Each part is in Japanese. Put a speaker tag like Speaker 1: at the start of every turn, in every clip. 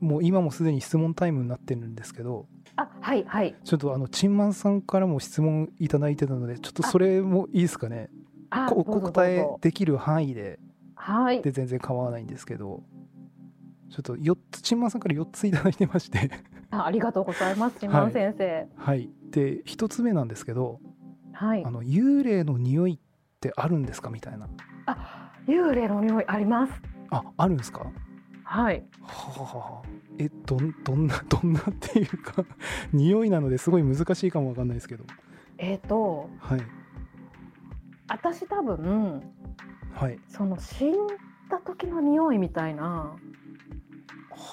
Speaker 1: もう今もすでに質問タイムになってるんですけど
Speaker 2: あはいはい
Speaker 1: ちょっとあのチンマンさんからも質問いただいてたのでちょっとそれもいいですかね
Speaker 2: あ
Speaker 1: こお
Speaker 2: どうぞ
Speaker 1: 答え
Speaker 2: どうぞ
Speaker 1: できる範囲で
Speaker 2: はい
Speaker 1: で全然構わないんですけどちょっと4つチンマンさんから4ついただいてまして
Speaker 2: あありがとうございます島
Speaker 1: はい
Speaker 2: ン先生
Speaker 1: はいで1つ目なんですけど
Speaker 2: はい、
Speaker 1: あの幽霊の匂いってあるんですかみたいな
Speaker 2: 幽霊の匂いあります
Speaker 1: ああるんですか
Speaker 2: はい
Speaker 1: はあはあはあえどんどんな どんなっていうか 匂いなのですごい難しいかもわかんないですけど
Speaker 2: えっ、と
Speaker 1: はい
Speaker 2: 私多分
Speaker 1: はい
Speaker 2: その死んだ時の匂いみたいな
Speaker 1: は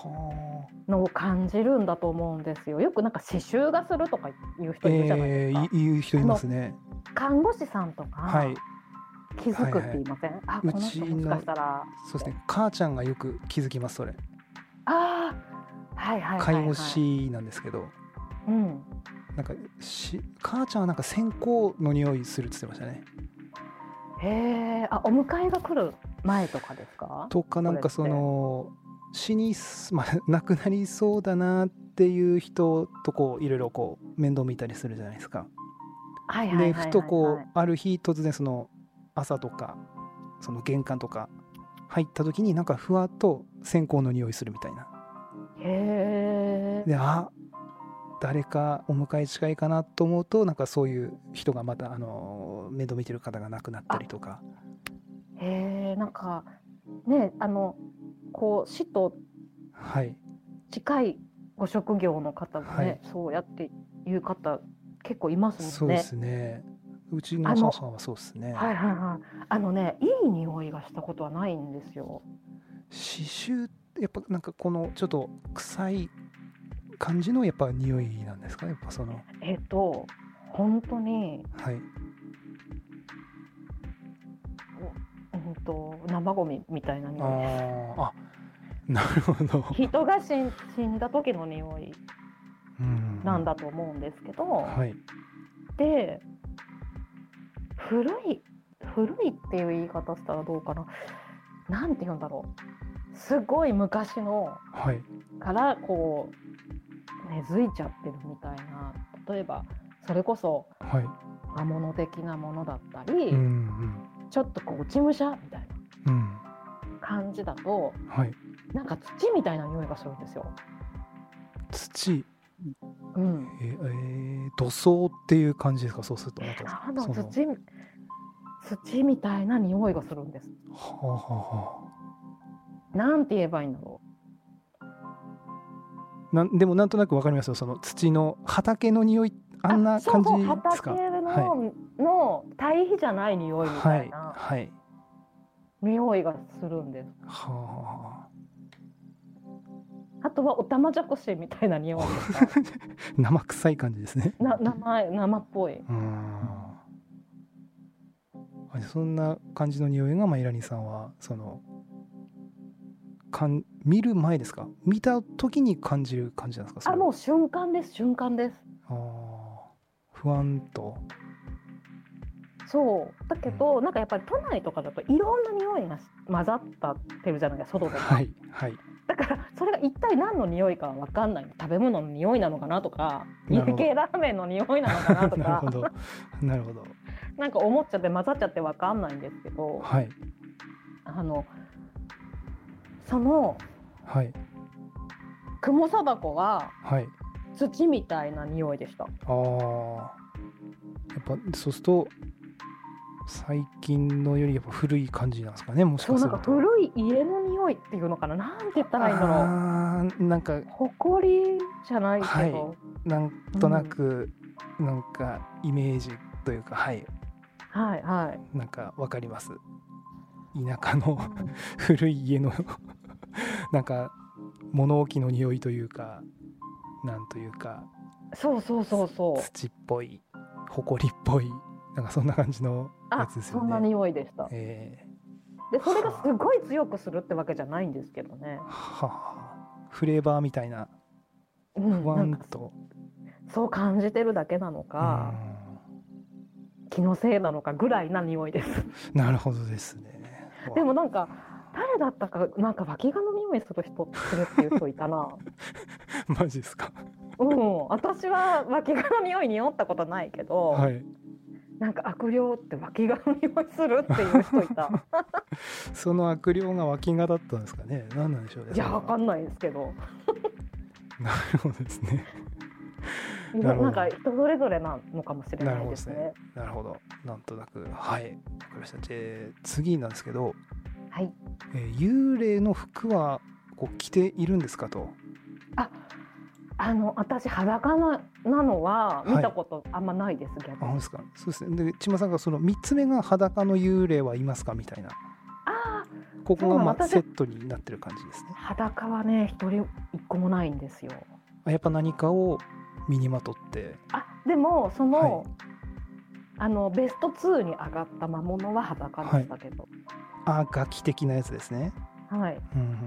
Speaker 1: あ
Speaker 2: のを感じるんだと思うんですよよくなんか刺繍がするとかいう人いるじゃないで
Speaker 1: え
Speaker 2: すか、
Speaker 1: ー、いいう人いますね
Speaker 2: 看護師さんとか、
Speaker 1: はい
Speaker 2: 気づくって言いません、あこの人もしかしたら
Speaker 1: そうですね母ちゃんがよく気づきますそれ
Speaker 2: ああはいはいはい、はい、
Speaker 1: 介護士なんですけど
Speaker 2: うん
Speaker 1: なんかし母ちゃんはなんか線香の匂いするって言ってましたね
Speaker 2: へえあお迎えが来る前とかですか
Speaker 1: とかなんか
Speaker 2: そ
Speaker 1: そ
Speaker 2: れって
Speaker 1: の死にす、まあ、亡くなりそうだなっていう人とこういろいろこう面倒見たりするじゃないですか
Speaker 2: はいはいはいはい、
Speaker 1: で
Speaker 2: はい、
Speaker 1: ふとこうある日突然その朝とかその玄関とか入った時になんかふわっと線香の匂いするみたいな
Speaker 2: へえ
Speaker 1: であ誰かお迎え近いかなと思うとなんかそういう人がまたあの面倒見てる方が亡くなったりとか
Speaker 2: へえなんかねあのこう死と
Speaker 1: はい
Speaker 2: 近いご職業の方がね、
Speaker 1: はい
Speaker 2: そうやって言う方結構います
Speaker 1: そ
Speaker 2: も
Speaker 1: うん
Speaker 2: ね
Speaker 1: ですねうちの
Speaker 2: あの
Speaker 1: 母はそうですね
Speaker 2: はいはいはいあのねいい匂いがしたことはないんですよ
Speaker 1: 刺繍やっぱなんかこのちょっと臭い感じのやっぱ匂いなんですかやっぱその
Speaker 2: えっ、と本当に
Speaker 1: はい
Speaker 2: うんと生ゴミみたいな
Speaker 1: あ
Speaker 2: 匂い
Speaker 1: ーあなるほど、
Speaker 2: 人が死ん死んだ時の匂い
Speaker 1: うん
Speaker 2: なんだと思うんですけど、
Speaker 1: はい
Speaker 2: で古い古いっていう言い方したらどうかななんて言うんだろうすごい昔の
Speaker 1: はい
Speaker 2: からこう根付いちゃってるみたいな例えばそれこそ
Speaker 1: はい
Speaker 2: 魔物的なものだったり、
Speaker 1: うん
Speaker 2: ちょっとこう落ち武者みたい
Speaker 1: うんうん
Speaker 2: な感じだと
Speaker 1: はい
Speaker 2: なんか土みたいな匂いがするんですよ。
Speaker 1: 土
Speaker 2: うん、
Speaker 1: えーえー土葬っていう感じですかそうするとなんか
Speaker 2: あの
Speaker 1: そ
Speaker 2: 土土みたいな匂いがするんです。
Speaker 1: はあは
Speaker 2: なんて言えばいいんだろ
Speaker 1: あはあなんでもなんとなくわかりますよその土の畑の匂い
Speaker 2: う。
Speaker 1: あんな感じ
Speaker 2: そうそう
Speaker 1: ですか
Speaker 2: 畑の,、
Speaker 1: は
Speaker 2: の対比じゃない匂いみ
Speaker 1: は
Speaker 2: た
Speaker 1: い
Speaker 2: いな
Speaker 1: はい
Speaker 2: 匂いがするんです。
Speaker 1: はあ
Speaker 2: あとはおたまじゃこしみたいな匂い とか
Speaker 1: 生臭い感じですね
Speaker 2: な生生っぽい。
Speaker 1: うーんあそんな感じの匂いが、まあ、イラニさんはそのかん見る前ですか見た時に感じる感じなんですかそ
Speaker 2: あ
Speaker 1: れ
Speaker 2: もう瞬間です瞬間です。
Speaker 1: あー不安と
Speaker 2: そうだけど、なんかやっぱり都内とかだといろんな匂いが混ざったってるじゃないですか外とか、
Speaker 1: はいはい
Speaker 2: だからそれが一体何の匂いかわかんない食べ物の匂いなのかなとか
Speaker 1: な
Speaker 2: 家
Speaker 1: るほど
Speaker 2: 系ラーメンの匂いなのかな と
Speaker 1: なる
Speaker 2: か
Speaker 1: ほどなるほど
Speaker 2: なんか思っちゃって混ざっちゃってわかんないんですけど
Speaker 1: はい
Speaker 2: あのその
Speaker 1: はい
Speaker 2: クモサバコは
Speaker 1: はい
Speaker 2: 土みたいな匂いでした
Speaker 1: あーやっぱそうすると最近のよりやっぱ古い感じなんですかねもし
Speaker 2: そ
Speaker 1: か
Speaker 2: う
Speaker 1: す
Speaker 2: な
Speaker 1: る
Speaker 2: ん
Speaker 1: と
Speaker 2: か古い家の匂いっていうのかななんて言ったらいいんだろう
Speaker 1: あーなんか
Speaker 2: 埃じゃないけど、
Speaker 1: なんとなく、なんかイメージというかはい
Speaker 2: はい、はいはい
Speaker 1: なんかわかります田舎の 古い家の なんか物置の匂いというかなんというか
Speaker 2: そうそうそうそう
Speaker 1: 土っぽい埃っぽいなんかそんな感じのや
Speaker 2: あ
Speaker 1: つです
Speaker 2: そ
Speaker 1: よ
Speaker 2: んな
Speaker 1: ね。
Speaker 2: 匂いでした
Speaker 1: え
Speaker 2: でそれがすごい強くするってわけじゃないんですけどね
Speaker 1: ー、はあフレーバーみたいな
Speaker 2: うん
Speaker 1: 不
Speaker 2: なん
Speaker 1: 安
Speaker 2: か
Speaker 1: と、
Speaker 2: そう感じてるだけなのか、気のせいなのかぐらいな匂いです
Speaker 1: うんなるほどですね。
Speaker 2: でもなんか誰だったかなんか脇がの匂いする人するっていう人いたな
Speaker 1: マジですか
Speaker 2: うん私は脇がの匂い匂ったことないけど、
Speaker 1: はい
Speaker 2: なんか悪霊って脇がの匂いするっていう人い た
Speaker 1: その悪霊が脇がだったんですかね何なんでしょうね
Speaker 2: いやわか
Speaker 1: ん
Speaker 2: んないですけど
Speaker 1: なるほどですねな
Speaker 2: な
Speaker 1: るほど
Speaker 2: んか人それぞれなのかもしれ
Speaker 1: なる
Speaker 2: ない
Speaker 1: ほど
Speaker 2: で
Speaker 1: ですす
Speaker 2: ね
Speaker 1: ねなるほどなんとなくはいわかりましたで次なんですけど、
Speaker 2: はい
Speaker 1: えー幽霊の服はこう着ているんですかと
Speaker 2: ああの私裸ななのは
Speaker 1: はい
Speaker 2: 見たことあんまないです、
Speaker 1: あ
Speaker 2: 逆
Speaker 1: 本当
Speaker 2: に
Speaker 1: ですかそうですねで千葉さんがその3つ目が裸の幽霊はいますかみたいな
Speaker 2: あー
Speaker 1: ここが
Speaker 2: そうなの
Speaker 1: まあ
Speaker 2: 私
Speaker 1: セットになってる感じですね
Speaker 2: 裸はね一人一個もないんですよ
Speaker 1: あやっぱ何かを身にまとって
Speaker 2: あでもそ
Speaker 1: は
Speaker 2: の、
Speaker 1: い
Speaker 2: あのベスト2に上がった魔物は裸でしたけど、
Speaker 1: あガキ的なやつですね
Speaker 2: はい
Speaker 1: うんうん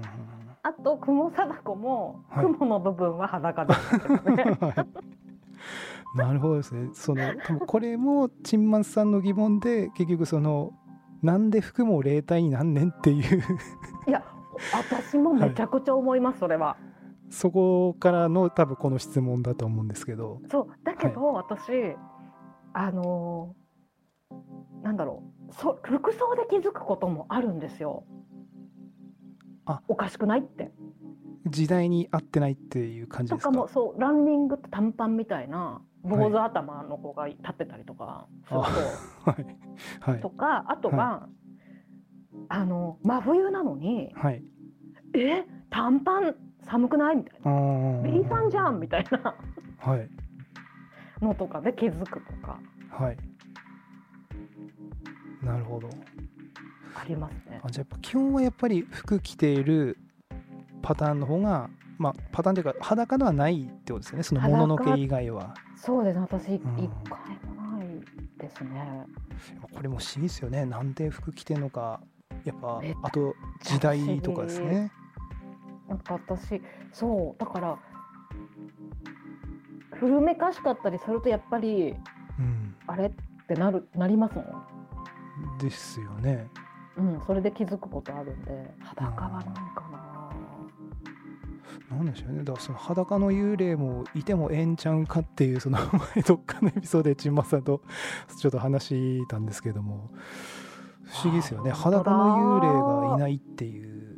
Speaker 2: あと雲貞子も、
Speaker 1: はい
Speaker 2: 雲の部分は 裸でしたけど
Speaker 1: うんう
Speaker 2: ね
Speaker 1: んはいなるほどですねその多分これもチンマンさんの疑問で結局そのなんで服も霊体になんねんっていう
Speaker 2: いや私もめちゃくちゃ思いますそれは、
Speaker 1: そこからの多分この質問だと思うんですけど
Speaker 2: そうだけど、私あのーなんだろうそ服装で気づくこともあるんですよ。
Speaker 1: あ
Speaker 2: おかしくないって
Speaker 1: 時代に合ってないっていう感じ
Speaker 2: と
Speaker 1: ですか
Speaker 2: かもそうランニングって短パンみたいな坊主頭の子が立ってたりとかすると,、
Speaker 1: はいはい
Speaker 2: とかあとは、あの真冬なのに
Speaker 1: はい
Speaker 2: 「え短パン寒くない?」みたい
Speaker 1: あ
Speaker 2: な
Speaker 1: ー
Speaker 2: 「ベリーさんじゃん」みたいな
Speaker 1: はい
Speaker 2: のとかで気づくとか
Speaker 1: はいなるほど
Speaker 2: ありますね。
Speaker 1: あじゃあやっぱ基本はやっぱり服着ているパターンの方がまあパターンというか裸ではないってことですよねそのもののけ以外は
Speaker 2: そうですね私一
Speaker 1: ん
Speaker 2: 回もないですね。
Speaker 1: これも不思議ですよねなんで服着てんのかやっぱ
Speaker 2: めっちゃ
Speaker 1: あと時代とかですね
Speaker 2: なんか私そうだから古めかしかったりするとやっぱり
Speaker 1: うん
Speaker 2: あれってなるなりますもん。
Speaker 1: ですよね
Speaker 2: うん、それで気づくことあるんで裸はないかな。
Speaker 1: なんでしょうねだからその裸の幽霊もいてもええんちゃうんかっていうその 前どっかのエピソードでちんまさんとちょっと話したんですけども不思議ですよね
Speaker 2: あ本当だ
Speaker 1: 裸の幽霊がいないっていう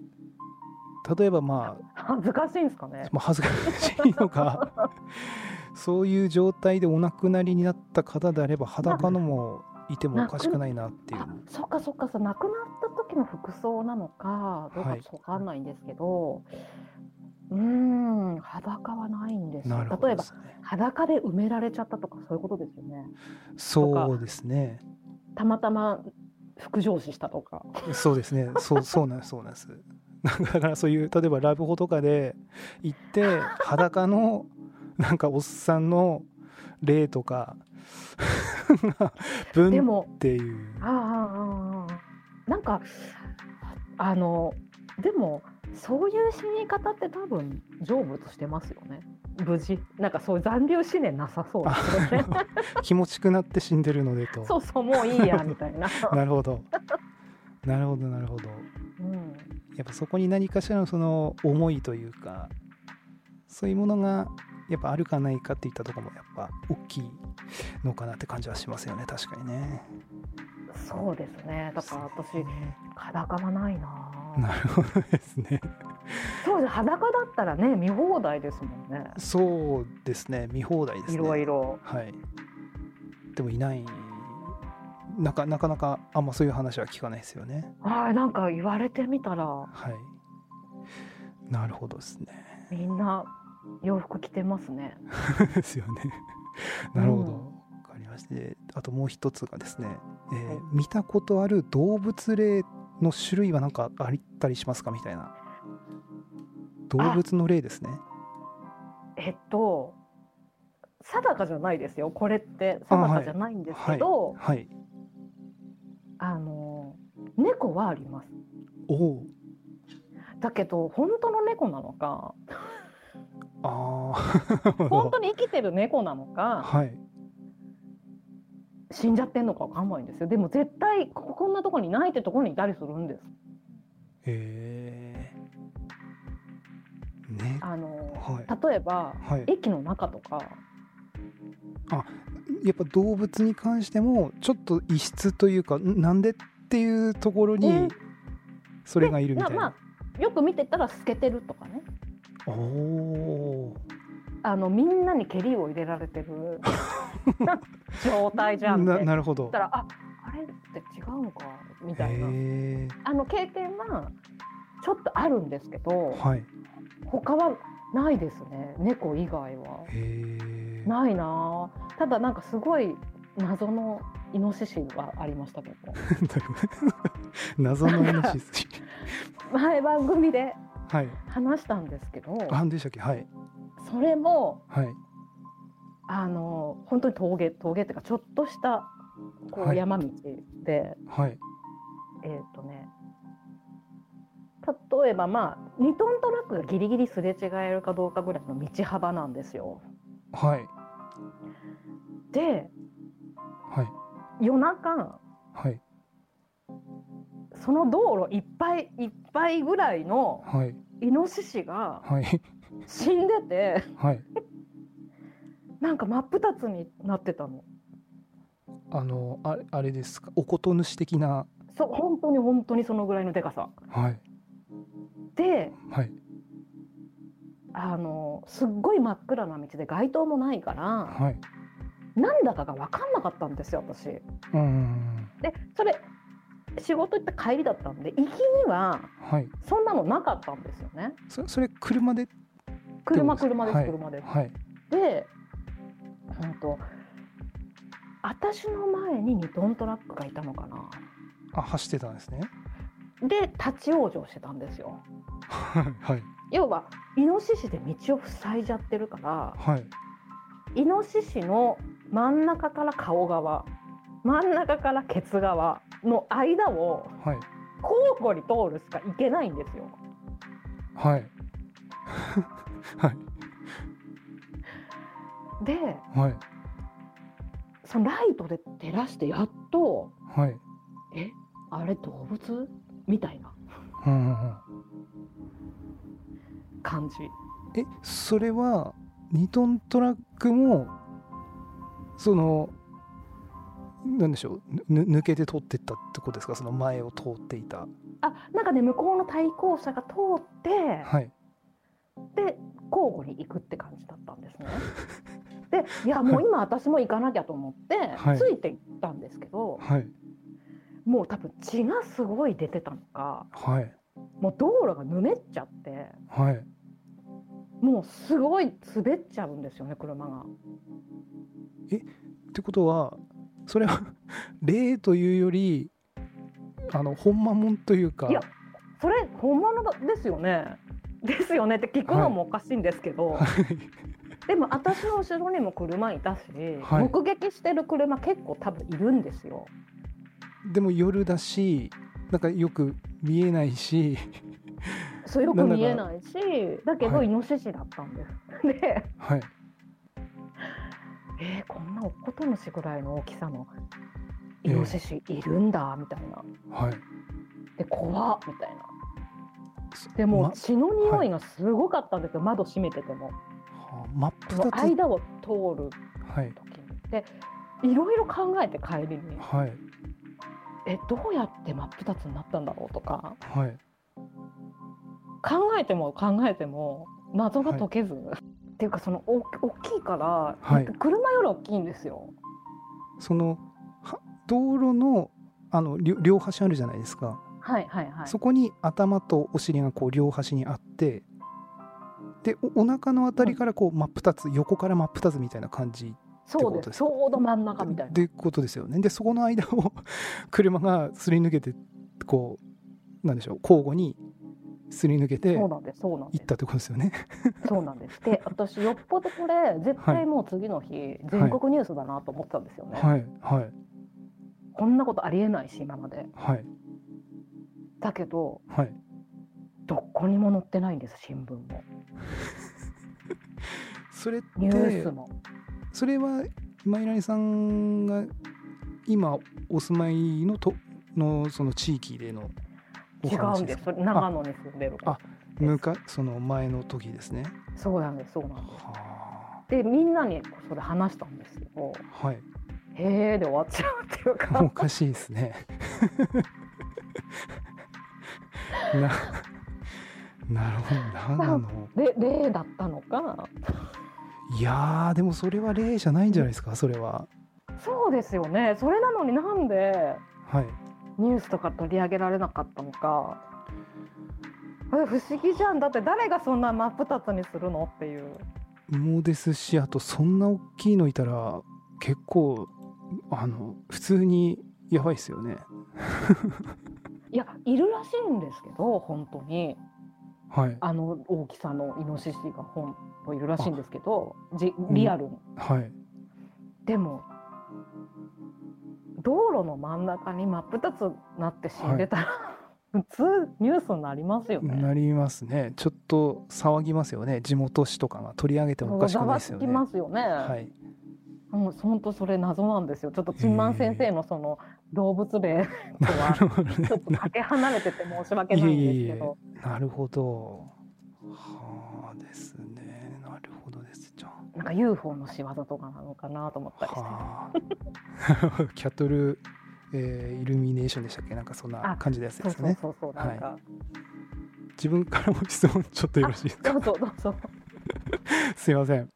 Speaker 1: 例えばまあ
Speaker 2: 恥ずかしいんですかね。
Speaker 1: まあ恥ずかしいのか そういう状態でお亡くなりになった方であれば裸のもいてもおかしくないなっていう
Speaker 2: あ、そっかそっかそう亡くなった時の服装なのかどうか
Speaker 1: はい
Speaker 2: ちょっとわかんないんですけど、うーん裸はないんですよ。
Speaker 1: なるほど
Speaker 2: 例え
Speaker 1: で
Speaker 2: ば
Speaker 1: すね
Speaker 2: 裸で埋められちゃったとかそういうことですよね。
Speaker 1: そうですね
Speaker 2: たまたま副上司したとか。
Speaker 1: そうですね。そう、そうなん、そうなんです。なんかだから、そういう、例えば、ラブホとかで行って、裸の、なんか、おっさんの霊とか。
Speaker 2: で
Speaker 1: 分っ
Speaker 2: も
Speaker 1: ていう。
Speaker 2: ああああああなんかあのでもそういう死に方って多分成仏してますよね無事なんかそういう残留思念なさそうで すよね
Speaker 1: 気持ちくなって死んでるのでと。
Speaker 2: そうそうもういいやみたいな、
Speaker 1: なるほど。なるほど、なるほど。
Speaker 2: うん、
Speaker 1: やっぱ、そこに何かしらの、その、思いというか。そういうものが。やっぱあるかないかっていったところもやっぱ大きいのかなって感じはしますよね確かにね。
Speaker 2: そうですねだから私
Speaker 1: ね
Speaker 2: 裸はないな
Speaker 1: なるほどですね。
Speaker 2: そうです裸だったらね見放題ですもんね
Speaker 1: そうですね。見放題ですね。
Speaker 2: いろいろ
Speaker 1: はい。でもいない。なかなかなかあんまそういう話は聞かないですよね。
Speaker 2: はいなんか言われてみたら
Speaker 1: はい。なるほどですね。
Speaker 2: みんな洋服着てますね
Speaker 1: ですよね。 なるほど。
Speaker 2: う
Speaker 1: わ
Speaker 2: ん
Speaker 1: かりましてあともう一つがですね、えー
Speaker 2: はい
Speaker 1: 見たことある動物霊の種類は何かあったりしますかみたいな動物の霊ですね
Speaker 2: えっと定かじゃないですよこれって定かじゃないんですけど
Speaker 1: はい
Speaker 2: あ,、の猫はあります
Speaker 1: おお
Speaker 2: だけど本当の猫なの か
Speaker 1: ああ
Speaker 2: 本当に生きてる猫なのか
Speaker 1: はい
Speaker 2: 死んじゃってんのかわかんないんですよでも絶対ここんなとこにないってとこにいたりするんです
Speaker 1: へえね
Speaker 2: あの
Speaker 1: はい
Speaker 2: 例えば、
Speaker 1: はい
Speaker 2: 駅の中とか
Speaker 1: やっぱ動物に関してもちょっと異質というかんなんでっていうところ
Speaker 2: ね
Speaker 1: にそれがいるみたい
Speaker 2: でま
Speaker 1: な。
Speaker 2: あよく見てたら透けてるとかね
Speaker 1: おお
Speaker 2: あのみんなに蹴りを入れられ てる状態じゃ
Speaker 1: ー。
Speaker 2: んっ
Speaker 1: な
Speaker 2: て
Speaker 1: なるほど
Speaker 2: だった。らああれって違うのかみたいな
Speaker 1: へえ。
Speaker 2: あの経験はちょっとあるんですけど
Speaker 1: はい。へ
Speaker 2: 他はないですね猫以外は
Speaker 1: え。
Speaker 2: ないなあただなんかすごい謎のイノシシはありました け
Speaker 1: だ
Speaker 2: ど
Speaker 1: いぶ謎の話です。
Speaker 2: 前番組で
Speaker 1: はい。
Speaker 2: 話したんですけど
Speaker 1: あ、なんでしたっけ。はい。
Speaker 2: それも
Speaker 1: はい。
Speaker 2: あの本当に峠峠っていうかちょっとしたこ
Speaker 1: は
Speaker 2: う
Speaker 1: い
Speaker 2: 山道で、
Speaker 1: はい。
Speaker 2: えっ、とね例えばまあ2トントラックがギリギリすれ違えるかどうかぐらいの道幅なんですよ。
Speaker 1: はい。
Speaker 2: で
Speaker 1: はい。
Speaker 2: 夜中
Speaker 1: はい。
Speaker 2: その道路いっぱいいっぱいぐらいの
Speaker 1: はい。
Speaker 2: イノシシが
Speaker 1: はい。
Speaker 2: 死んでて
Speaker 1: はい。
Speaker 2: なんか真っ二つになってたの。
Speaker 1: あの、あれ、あれですか。おこと主的な。
Speaker 2: そう本当に本当にそのぐらいのでかさ。
Speaker 1: はい。
Speaker 2: で
Speaker 1: はい。
Speaker 2: あのすっごい真っ暗な道で街灯もないから
Speaker 1: はい。
Speaker 2: なんだかが分かんなかったんですよ私。
Speaker 1: うんうんうん。
Speaker 2: でそれ仕事行った帰りだったんで行きには
Speaker 1: はい。
Speaker 2: そんなのなかったんですよね
Speaker 1: そ、それ、車で。
Speaker 2: 車車です
Speaker 1: はい
Speaker 2: 車です。
Speaker 1: はい。
Speaker 2: でほんと私の前に2トントラックがいたのかな
Speaker 1: あ、走ってたんですね。
Speaker 2: で立ち往生してたんですよ
Speaker 1: はい。はい。
Speaker 2: 要はイノシシで道を塞いじゃってるから
Speaker 1: はい。
Speaker 2: イノシシの真ん中から顔側真ん中からケツ側の間を
Speaker 1: はい。
Speaker 2: 交互に通るしか行けないんですよ
Speaker 1: はい。はい。
Speaker 2: で
Speaker 1: はい。
Speaker 2: そのライトで照らしてやっと
Speaker 1: はい。
Speaker 2: えあれ動物みたいな
Speaker 1: うんうんうん。
Speaker 2: 感じ
Speaker 1: え、それは。2トントラックも。その。なんでしょう。ぬ、抜けて通ってったってことですか。その前を通っていた。
Speaker 2: あなんかね向こうの対向車が通って
Speaker 1: はい。
Speaker 2: で交互に行くって感じだったんですね。でいやもう今私も行かなきゃと思って、
Speaker 1: はい
Speaker 2: ついて行ったんですけど
Speaker 1: はい。
Speaker 2: もう多分血がすごい出てたのか
Speaker 1: はい。
Speaker 2: もう道路がぬめっちゃって
Speaker 1: はい。
Speaker 2: もうすごい滑っちゃうんですよね車が。
Speaker 1: ってことはそれは 例というよりあのほんまもんというか
Speaker 2: いやそれ本物ですよねですよねって聞くのもおかしいんですけど。
Speaker 1: はい
Speaker 2: でも私の後ろにも車いたし、
Speaker 1: はい
Speaker 2: 目撃してる車結構多分いるんですよ。
Speaker 1: でも夜だしなんかよく見えないし
Speaker 2: そうよく見えないしだけど
Speaker 1: はい
Speaker 2: イノシシだったんです。 で、
Speaker 1: はい
Speaker 2: えーこんなおっことむしぐらいの大きさのイノシシいるんだみたいな。
Speaker 1: はい
Speaker 2: で怖っみたいな。
Speaker 1: そ
Speaker 2: でも
Speaker 1: ま
Speaker 2: う血の匂いがすごかったんですよ、窓閉めてても。
Speaker 1: はあ真っ
Speaker 2: その
Speaker 1: 二つ
Speaker 2: 間を通る
Speaker 1: はい
Speaker 2: 時に。でいろいろ考えて帰りに
Speaker 1: はい
Speaker 2: えどうやって真っ二つになったんだろうとか
Speaker 1: はい
Speaker 2: 考えても考えても謎が解けず、っていうかそのお大きいから、
Speaker 1: はい
Speaker 2: 車より大きいんですよ。
Speaker 1: そのは道路のあの両両端あるじゃないですか、
Speaker 2: はいはいはい。
Speaker 1: そこに頭とお尻がこう両端にあってでおお腹のあたりからこう真っ二つ横から真っ二つみたいな感じ
Speaker 2: そう
Speaker 1: ってこと
Speaker 2: です
Speaker 1: です
Speaker 2: ちょうど真ん中みたい
Speaker 1: ってことですよね。でそこの間を 車がすり抜けてこうなんでしょう交互にすり抜けて
Speaker 2: な。そ
Speaker 1: 行
Speaker 2: うなんですそうなんで
Speaker 1: ったってことですよね。
Speaker 2: すそうなんです。で私よっぽどこれ絶対もう次の日、全国ニュースだなと思ってたんですよね。
Speaker 1: はいはい
Speaker 2: こんなことありえないし今まで。
Speaker 1: はい
Speaker 2: だけど
Speaker 1: はい。
Speaker 2: どこにも載ってないんです新聞も
Speaker 1: それって
Speaker 2: ニュースも。
Speaker 1: それはマイラニさんが今お住まいのとのその地域でのお
Speaker 2: 違う
Speaker 1: 話
Speaker 2: ん
Speaker 1: で
Speaker 2: ですす
Speaker 1: か。
Speaker 2: それ長野に住んでるから
Speaker 1: あ
Speaker 2: です
Speaker 1: むかその前の時ですね
Speaker 2: そうなんですそうなんです
Speaker 1: は
Speaker 2: でみんなにそれ話したんですけど
Speaker 1: あはい
Speaker 2: 「へえ」で終わっちゃうっていう
Speaker 1: お
Speaker 2: か
Speaker 1: かしいですね ななるほど何なの
Speaker 2: で例だったのか
Speaker 1: いやーでもそれは例じゃないんじゃないですかそれは
Speaker 2: そうですよねそれなのになんで
Speaker 1: はい
Speaker 2: ニュースとか取り上げられなかったのかあれ不思議じゃんだって誰がそんな真っ二つにするのっていう
Speaker 1: もですしあとそんな大きいのいたら結構あの普通にやばいですよね
Speaker 2: いやいるらしいんですけど本当に
Speaker 1: はい
Speaker 2: あの大きさのイノシシが本当いるらしいんですけどじリアルに、
Speaker 1: はい
Speaker 2: でも道路の真ん中に真っ二つなって死んでたら、普通ニュースになりますよね。
Speaker 1: なりますねちょっと騒ぎますよね地元紙とかが取り上げてもおかしく
Speaker 2: ざ
Speaker 1: ない
Speaker 2: わ
Speaker 1: です
Speaker 2: つ
Speaker 1: よ
Speaker 2: き
Speaker 1: ね
Speaker 2: ますよね。
Speaker 1: はい
Speaker 2: もう本当それ謎なんですよ。ちょっとチンマン先生のその動物例とはち
Speaker 1: なるほどね
Speaker 2: ょっとかけ離れてて申し訳ないんですけど、
Speaker 1: なるほどはあですねなるほどですじゃん
Speaker 2: なんか UFO の仕業とかなのかなと思ったりして。
Speaker 1: は あキャトル、えーイルミネーションでしたっけなんかそんな感じのやつ
Speaker 2: そ
Speaker 1: で
Speaker 2: う
Speaker 1: す
Speaker 2: そう
Speaker 1: ね
Speaker 2: そうそうなんか、
Speaker 1: 自分からも質問ちょっとよろしいですか
Speaker 2: どうぞどうぞ。
Speaker 1: すいません。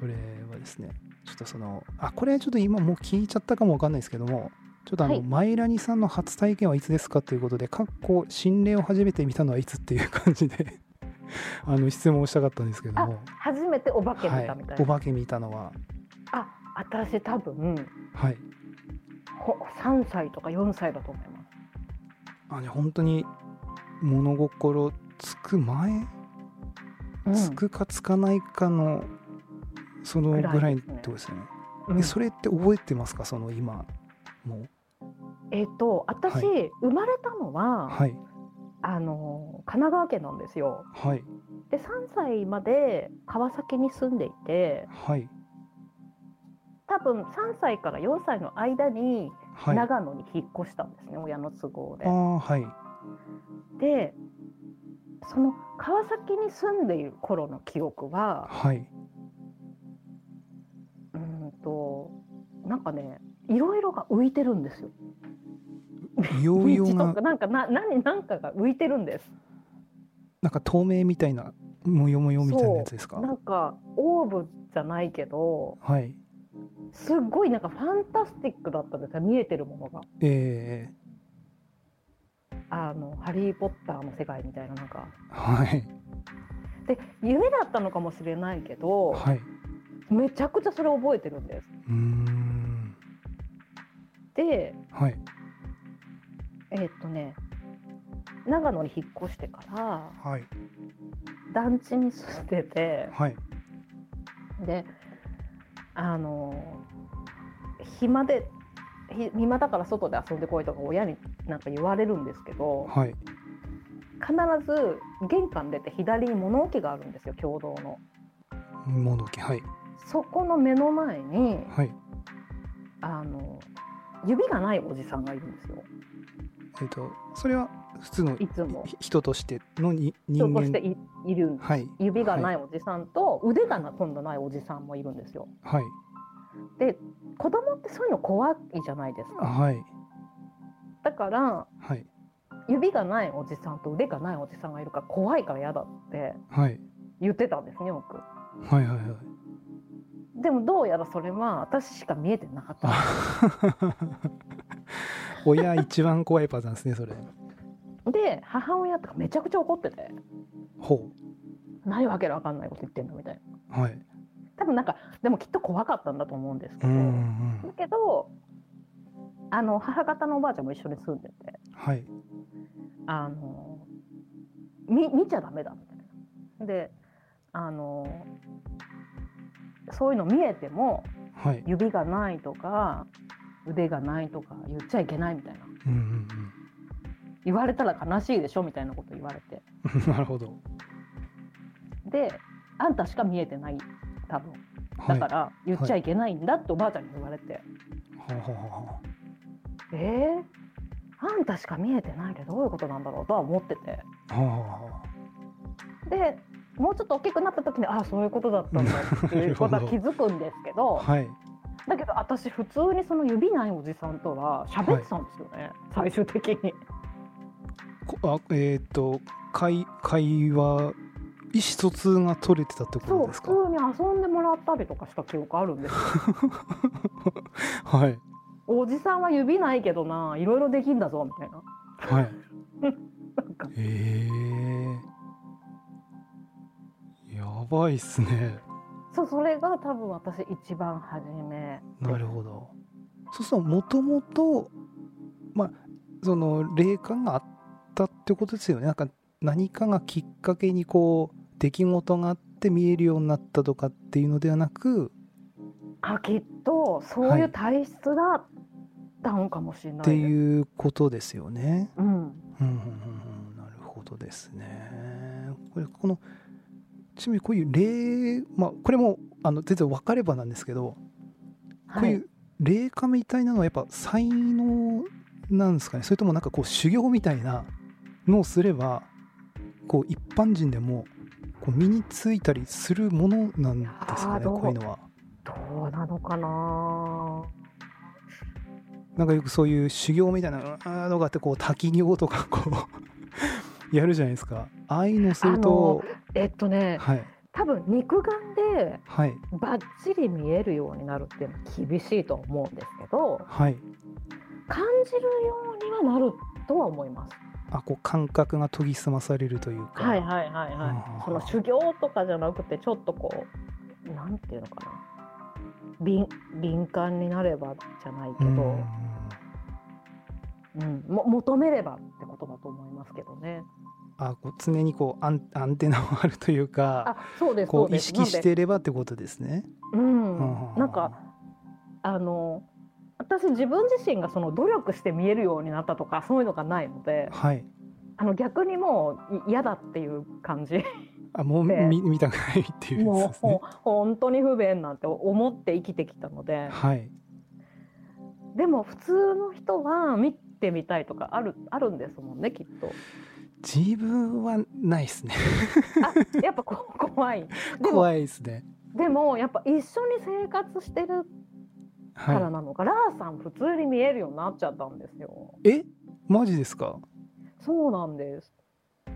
Speaker 1: これはですね、ちょっとその、あ、これちょっと今もう聞いちゃったかもわかんないですけども、ちょっとあの、
Speaker 2: はい
Speaker 1: マイラニさんの初体験はいつですかということで、かっこ心霊を初めて見たのはいつっていう感じで、 あの、質問をしたかったんですけども、
Speaker 2: 初めてお化け見たみたいな。
Speaker 1: お化け見たのは、
Speaker 2: あ、私多分
Speaker 1: はい。
Speaker 2: ほ三歳とか四歳だと思います。
Speaker 1: あの本当に物心つく前、
Speaker 2: うん
Speaker 1: つくかつかないかの、そのぐ
Speaker 2: ぐ
Speaker 1: ら
Speaker 2: ら
Speaker 1: い
Speaker 2: い
Speaker 1: っ
Speaker 2: で
Speaker 1: て
Speaker 2: すね
Speaker 1: ことですよね。
Speaker 2: うん
Speaker 1: でそれって覚えてますか、その今、もう。
Speaker 2: えっ、と私、
Speaker 1: は
Speaker 2: 生まれたのは、
Speaker 1: はい、
Speaker 2: あの神奈川県なんですよ。
Speaker 1: はい、
Speaker 2: で三歳まで川崎に住んでいて、
Speaker 1: はい。
Speaker 2: 多分三歳から四歳の間に
Speaker 1: はい、
Speaker 2: 長野に引っ越したんですね、親の都合
Speaker 1: ああはい
Speaker 2: で。で、その川崎に住んでいる頃の記憶は、
Speaker 1: はい。
Speaker 2: うーんとなんかね、いろいろが浮いてるんですよ。
Speaker 1: ヨーヨ
Speaker 2: 道
Speaker 1: ー
Speaker 2: と
Speaker 1: が
Speaker 2: かなんかな何なんかが浮いてるんです。
Speaker 1: なんか透明みたいなもよもよみたいなやつですか。
Speaker 2: なんかオーブじゃないけど
Speaker 1: はい。
Speaker 2: すっごいなんかファンタスティックだったんですよ見えてるものが
Speaker 1: え
Speaker 2: 「あのハリー・ポッター」の世界みたいななんか
Speaker 1: ー、はい
Speaker 2: で夢だったのかもしれないけど
Speaker 1: はい。
Speaker 2: めちゃくちゃそれ覚えてるんです。
Speaker 1: うーん
Speaker 2: で
Speaker 1: はい
Speaker 2: えーっとね長野に引っ越してから
Speaker 1: はい
Speaker 2: 団地に住んでて
Speaker 1: はい
Speaker 2: であの暇でひ暇だから外で遊んでこいとか親になんか言われるんですけど
Speaker 1: はい。
Speaker 2: 必ず玄関出て左に物置があるんですよ共同の。
Speaker 1: もどきはい
Speaker 2: そこの目の前に
Speaker 1: はい。
Speaker 2: あの指がないおじさんがいるんですよ
Speaker 1: えっ、とそれは普通の
Speaker 2: いつも
Speaker 1: ひ人としてのに
Speaker 2: 人
Speaker 1: 人
Speaker 2: として
Speaker 1: 間
Speaker 2: いいるんです
Speaker 1: はい
Speaker 2: 指がないおじさんと腕がな今度ないおじさんもいるんですよ。
Speaker 1: はい
Speaker 2: で子供ってそういうの怖いじゃないです
Speaker 1: あ
Speaker 2: か。
Speaker 1: はい
Speaker 2: だから
Speaker 1: はい
Speaker 2: 指がないおじさんと腕がないおじさんがいるから怖いから嫌だって
Speaker 1: はい
Speaker 2: 言ってたんですねよく。
Speaker 1: はいはいはい。
Speaker 2: でもどうやらそれは私しか見えてなかっ
Speaker 1: あ
Speaker 2: た。
Speaker 1: 親一番怖いパターンですねそれ。
Speaker 2: で母親とかめちゃくちゃ怒ってて
Speaker 1: ほ
Speaker 2: ないわけのわかんないこと言ってんだみたいな。
Speaker 1: うはい。
Speaker 2: 多分なんかでもきっと怖かったんだと思うんですけ
Speaker 1: う
Speaker 2: ど。
Speaker 1: んうんう
Speaker 2: だ
Speaker 1: ん
Speaker 2: けどあの母方のおばあちゃんも一緒に住んでて
Speaker 1: はい
Speaker 2: あの見見ちゃダメだみたいな。であのそういうの見えても
Speaker 1: はい。
Speaker 2: 指がないとか腕がないとか言っちゃいけないみたいな
Speaker 1: うんうんうん。
Speaker 2: 言われたら悲しいでしょみたいなこと言われて
Speaker 1: なるほど。。
Speaker 2: であんたしか見えてない多分だからら言っちゃいけないんだっておばあちゃんに言われて、
Speaker 1: ほうほうほうほ
Speaker 2: えーあんたしか見えてないってどういうことなんだろうとは思ってて
Speaker 1: う。はあは
Speaker 2: でもうちょっと大きくなった時にああそういうことだったん だっていうことは気づくんですけど
Speaker 1: はい
Speaker 2: だけど私普通にその指ないおじさんとは喋ってたんですよね、最終的に。
Speaker 1: こあえっ、と会会話意思疎通が取れてたってこ
Speaker 2: そ
Speaker 1: と
Speaker 2: う
Speaker 1: です
Speaker 2: 普
Speaker 1: か
Speaker 2: 通に遊んでもらったりとかした記憶あるんですよ
Speaker 1: はい
Speaker 2: おじさんは指ないけどないろいろできんだぞみたいな
Speaker 1: はい
Speaker 2: なんか
Speaker 1: えー、やばいっすね
Speaker 2: そうそれが多分私一番初め
Speaker 1: なるほどそうするともともとまあその霊感があったってことですよねなんか何かがきっかけにこう出来事があって見えるようになったとかっていうのではなく
Speaker 2: あきっとそういう体質だったのかもしれない
Speaker 1: って
Speaker 2: です、
Speaker 1: いうことですよね。
Speaker 2: うん、
Speaker 1: うんうんうんうんなるほどですね。これこのちなみにこういう霊まあこれもあの全然分かればなんですけど、こう
Speaker 2: はいいう
Speaker 1: 霊感みたいなのはやっぱ才能なんですかねそれともなんかこう修行みたいなのをすればこう一般人でもこう身についたりするものなんですか
Speaker 2: あー
Speaker 1: ね
Speaker 2: どう
Speaker 1: こういうのは。
Speaker 2: どうなのかな
Speaker 1: なんかよくそういう修行みたいなうーんのがあってこう滝行とかこう やるじゃないですか。ああいうのすると
Speaker 2: えっとね
Speaker 1: はい
Speaker 2: 多分肉眼で
Speaker 1: はい
Speaker 2: バッチリ見えるようになるっていうのは厳しいと思うんですけど
Speaker 1: はい
Speaker 2: 感じるようにはなるとは思います。
Speaker 1: あこう感覚が研ぎ澄まされるというか。
Speaker 2: はいはいはい
Speaker 1: うんうんう
Speaker 2: は
Speaker 1: ん
Speaker 2: い。その修行とかじゃなくてちょっとこうなんていうのかな敏敏感になればじゃないけ
Speaker 1: う
Speaker 2: ど、うんんも求めればってことだと思いますけどね。
Speaker 1: あこう常にこうアンアンテナがあるというか。
Speaker 2: あそうですそ
Speaker 1: こ
Speaker 2: う
Speaker 1: う
Speaker 2: で
Speaker 1: 意
Speaker 2: す。
Speaker 1: 識してればってことですね。
Speaker 2: なんでうん、
Speaker 1: うん
Speaker 2: なんかあの私自分自身がその努力して見えるようになったとかそういうのがないので
Speaker 1: はい。
Speaker 2: あの逆にもうい嫌だっていう感 じ
Speaker 1: あもう
Speaker 2: で
Speaker 1: 見見たくないっていうやつです
Speaker 2: もう
Speaker 1: ね
Speaker 2: ほ。本当に不便なんて思って生きてきたので
Speaker 1: はい。
Speaker 2: でも普通の人は見てみたいとかあるあるんですもんねきっと
Speaker 1: 自分はないですね。
Speaker 2: あやっぱこ怖いでも
Speaker 1: 怖いですね。
Speaker 2: でもやっぱ一緒に生活してるか
Speaker 1: は
Speaker 2: らなのか、ラーさん普通に見えるようになっちゃったんですよ
Speaker 1: い。え、マジですか。
Speaker 2: そうなんです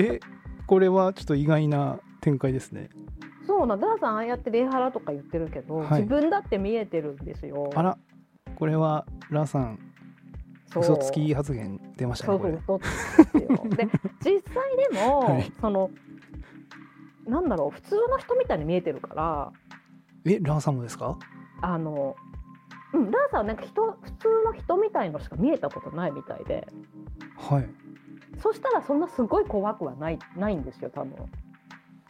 Speaker 1: え、これはちょっと意外な展開ですね。
Speaker 2: そうなんラーさんああやって礼ハラとか言ってるけど、
Speaker 1: はい
Speaker 2: 自分だって見えてるんですよ
Speaker 1: あら、これはラさん
Speaker 2: そう
Speaker 1: 嘘つき発言出ました
Speaker 2: そう
Speaker 1: ね。
Speaker 2: そ
Speaker 1: これ
Speaker 2: うそうですよ。 で実際でも、
Speaker 1: はい
Speaker 2: そのなんだろう普通の人みたいに見えてるから
Speaker 1: え、ラさんもですか。
Speaker 2: あの、うん、ラーさんはなんか人普通の人みたいのしか見えたことないみたいで
Speaker 1: はい。
Speaker 2: そしたらそんなすごい怖くはないないんですよ多分。
Speaker 1: あ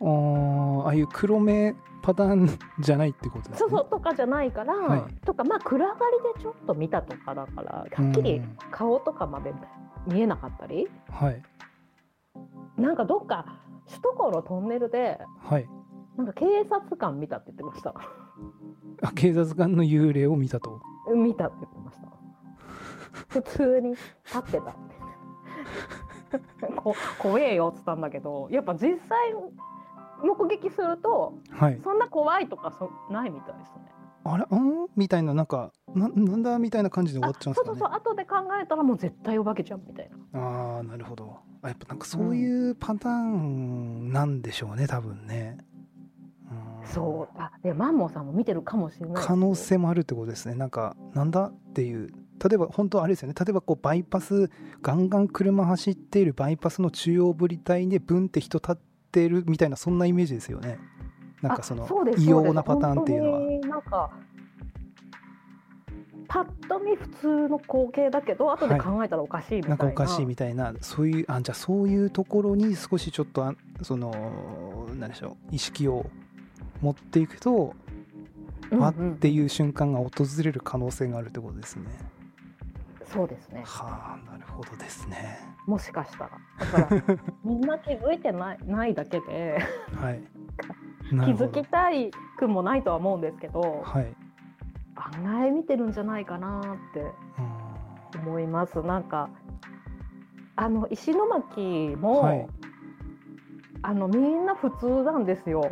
Speaker 1: ーああいう黒目パターンじゃないってことです
Speaker 2: そ
Speaker 1: ね。
Speaker 2: うそうとかじゃないから、
Speaker 1: はい
Speaker 2: とかまあ暗がりでちょっと見たとかだからはっきり
Speaker 1: うん
Speaker 2: 顔とかまで見えなかったり
Speaker 1: はい。
Speaker 2: なんかどっか首都高のトンネルで
Speaker 1: はい。
Speaker 2: なんか警察官見たって言ってました。
Speaker 1: あ警察官の幽霊を見たと。
Speaker 2: 見たって言ってました普通に立ってたってこ怖えよっつったんだけどやっぱ実際目撃すると
Speaker 1: はい。
Speaker 2: そんな怖いとかそないみたいですね
Speaker 1: あれうんみたいななんかななんだみたいな感じで終わっちゃうんですか
Speaker 2: あそう
Speaker 1: ね
Speaker 2: そうそう後で考えたらもう絶対お化けじゃんみたいな
Speaker 1: ああなるほどあやっぱなんかそういううパターンなんでしょうね多分ねうん
Speaker 2: そうあでマンモさんも見てるかもしれない
Speaker 1: 可能性もあるってことですねなんかなんだっていう例えば本当あれですよね例えばこうバイパスガンガン車走っているバイパスの中央ぶり帯でブンって人立ってるみたいなそんなイメージですよねなんかその
Speaker 2: あうです
Speaker 1: 異
Speaker 2: そう
Speaker 1: 様
Speaker 2: です
Speaker 1: なパターンっていうのは
Speaker 2: 本当になんかパッと見普通の光景だけど後で考えたらおかしいみたい
Speaker 1: な
Speaker 2: な、
Speaker 1: んかおかしいみたいなそういうあじゃあそういうところに少しちょっとあその何でしょう意識を持っていくと、
Speaker 2: うんうん
Speaker 1: あっていう瞬間が訪れる可能性があるってことですね。
Speaker 2: そうですね
Speaker 1: はあなるほどですね。
Speaker 2: もしかしたらだから みんな気づいてないないだけで
Speaker 1: はい。
Speaker 2: 気
Speaker 1: なるほ
Speaker 2: づ
Speaker 1: ど
Speaker 2: き。たいくもないとは思うんですけど
Speaker 1: はい。
Speaker 2: 案外見てるんじゃないかなっ
Speaker 1: うん
Speaker 2: て思いますなんかあの石巻も、
Speaker 1: はい
Speaker 2: あのみんな普通なんですよ。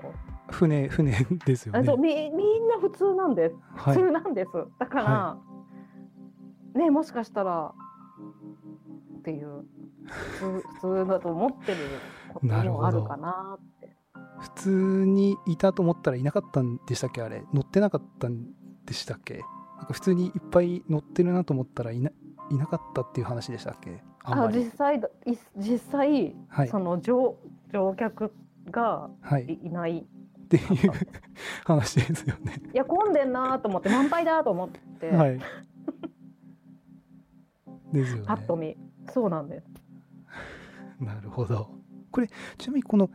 Speaker 1: 船船ですよ
Speaker 2: あ
Speaker 1: ね
Speaker 2: そうみみんな普通なんです。
Speaker 1: はい
Speaker 2: 普通なんです。だから、
Speaker 1: は
Speaker 2: ねもしかしたらっていう普通普通だと思ってること
Speaker 1: なるほど
Speaker 2: もあるかなって。
Speaker 1: 普通にいたと思ったらいなかったんでしたっけあれ乗ってなかったんでしたっけなんか普通にいっぱい乗ってるなと思ったらいないなかったっていう話でしたっけあん
Speaker 2: あ
Speaker 1: まり
Speaker 2: 実際だい実際、
Speaker 1: はい
Speaker 2: その乗乗客が
Speaker 1: はいっ
Speaker 2: いいない。い
Speaker 1: ていう話ですよ ね
Speaker 2: や混んでんなと思って満杯だと思って、
Speaker 1: はいですよ
Speaker 2: パッ
Speaker 1: ね
Speaker 2: と見そうなんです。
Speaker 1: なるほどこれちなみにこの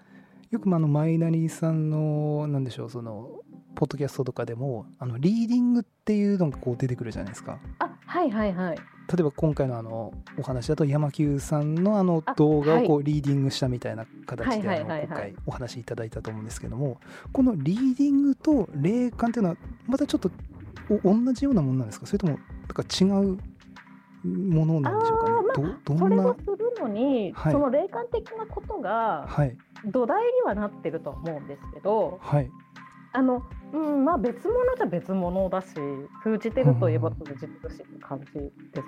Speaker 1: よくまああのマイナリーさんのなんでしょうそのポッドキャストとかでもあのリーディングっていうのがこう出てくるじゃないですか
Speaker 2: あはいはいはい。
Speaker 1: 例えば今回のあのお話だと山久さんのあの
Speaker 2: あ
Speaker 1: 動画を
Speaker 2: はい
Speaker 1: こうリーディングしたみたいな形で
Speaker 2: は
Speaker 1: あ
Speaker 2: いはいは
Speaker 1: の
Speaker 2: いはい
Speaker 1: 今回お話しいただいたと思うんですけどもこのリーディングと霊感っていうのはまたちょっとお同じようなものなんですかそれともなんか違うものなんでしょうかね、ど
Speaker 2: そ
Speaker 1: どん
Speaker 2: れ
Speaker 1: な
Speaker 2: をするのに、
Speaker 1: はい
Speaker 2: その霊感的なことが
Speaker 1: はい
Speaker 2: 土台にはなってるとは思うんですけど
Speaker 1: はい
Speaker 2: あの、うん、まあ別物じゃ別物だし通じてるといえば通じてるしって感じで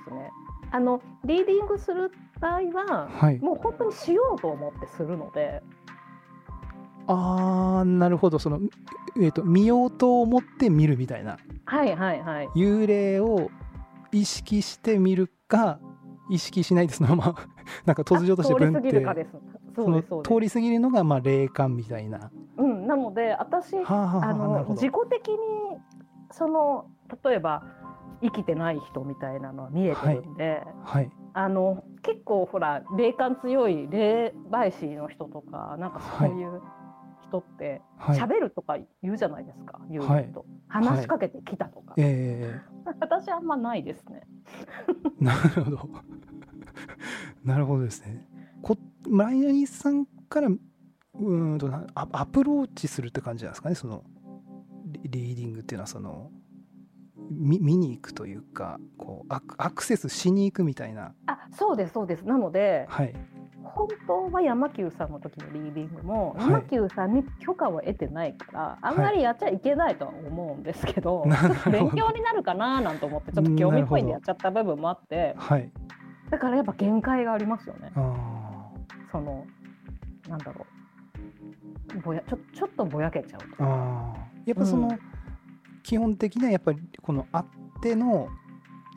Speaker 2: すね。あのリーディングする場合は
Speaker 1: はい
Speaker 2: もう本当にしようと思ってするので
Speaker 1: あーなるほどその、えー、と見ようと思って見るみたいな
Speaker 2: はいはいはい
Speaker 1: 幽霊を意識して見るか意識しないでそのまま なんか突如として
Speaker 2: あ
Speaker 1: ブ
Speaker 2: 通
Speaker 1: ン
Speaker 2: り過
Speaker 1: っ
Speaker 2: ぎ
Speaker 1: て
Speaker 2: るかです
Speaker 1: そ
Speaker 2: そう
Speaker 1: の
Speaker 2: ですそうです
Speaker 1: 通り過ぎるのがまあ霊感みたいな。は
Speaker 2: うんなので私
Speaker 1: あ、はあはあ
Speaker 2: あ
Speaker 1: なる
Speaker 2: の
Speaker 1: ほど
Speaker 2: 自己的にその例えば生きてない人みたいなのは見えてるんで、
Speaker 1: はい
Speaker 2: あの結構ほら霊感強い霊媒師の人とかなんかそういう人って
Speaker 1: はい。
Speaker 2: 喋るとか言うじゃないですか、言うと話しかけてきたとか、
Speaker 1: え
Speaker 2: 私あんまないですね。
Speaker 1: ー、なるほど なるほどですね。こマイナリーさんからうーんとなアアプローチするって感じなんですかねそのリリーディングっていうのはその見見に行くというかこうアクアクセスしに行くみたいな。
Speaker 2: あそうですそうですなので
Speaker 1: はい
Speaker 2: 本当は山久さんの時のリーディングも、
Speaker 1: はい
Speaker 2: 山久さんに許可を得てないからあんまりやっちゃいけないとは思うんですけど、
Speaker 1: なるほど
Speaker 2: 勉強になるかななんて思ってちょっと興味本位でやっちゃった部分もあって
Speaker 1: はい。
Speaker 2: だからやっぱ限界がありますよね
Speaker 1: あー
Speaker 2: そのなんだろうぼやちょちょっとぼやけちゃうと
Speaker 1: あーやっぱその、
Speaker 2: うん
Speaker 1: 基本的にはやっぱりこのあっての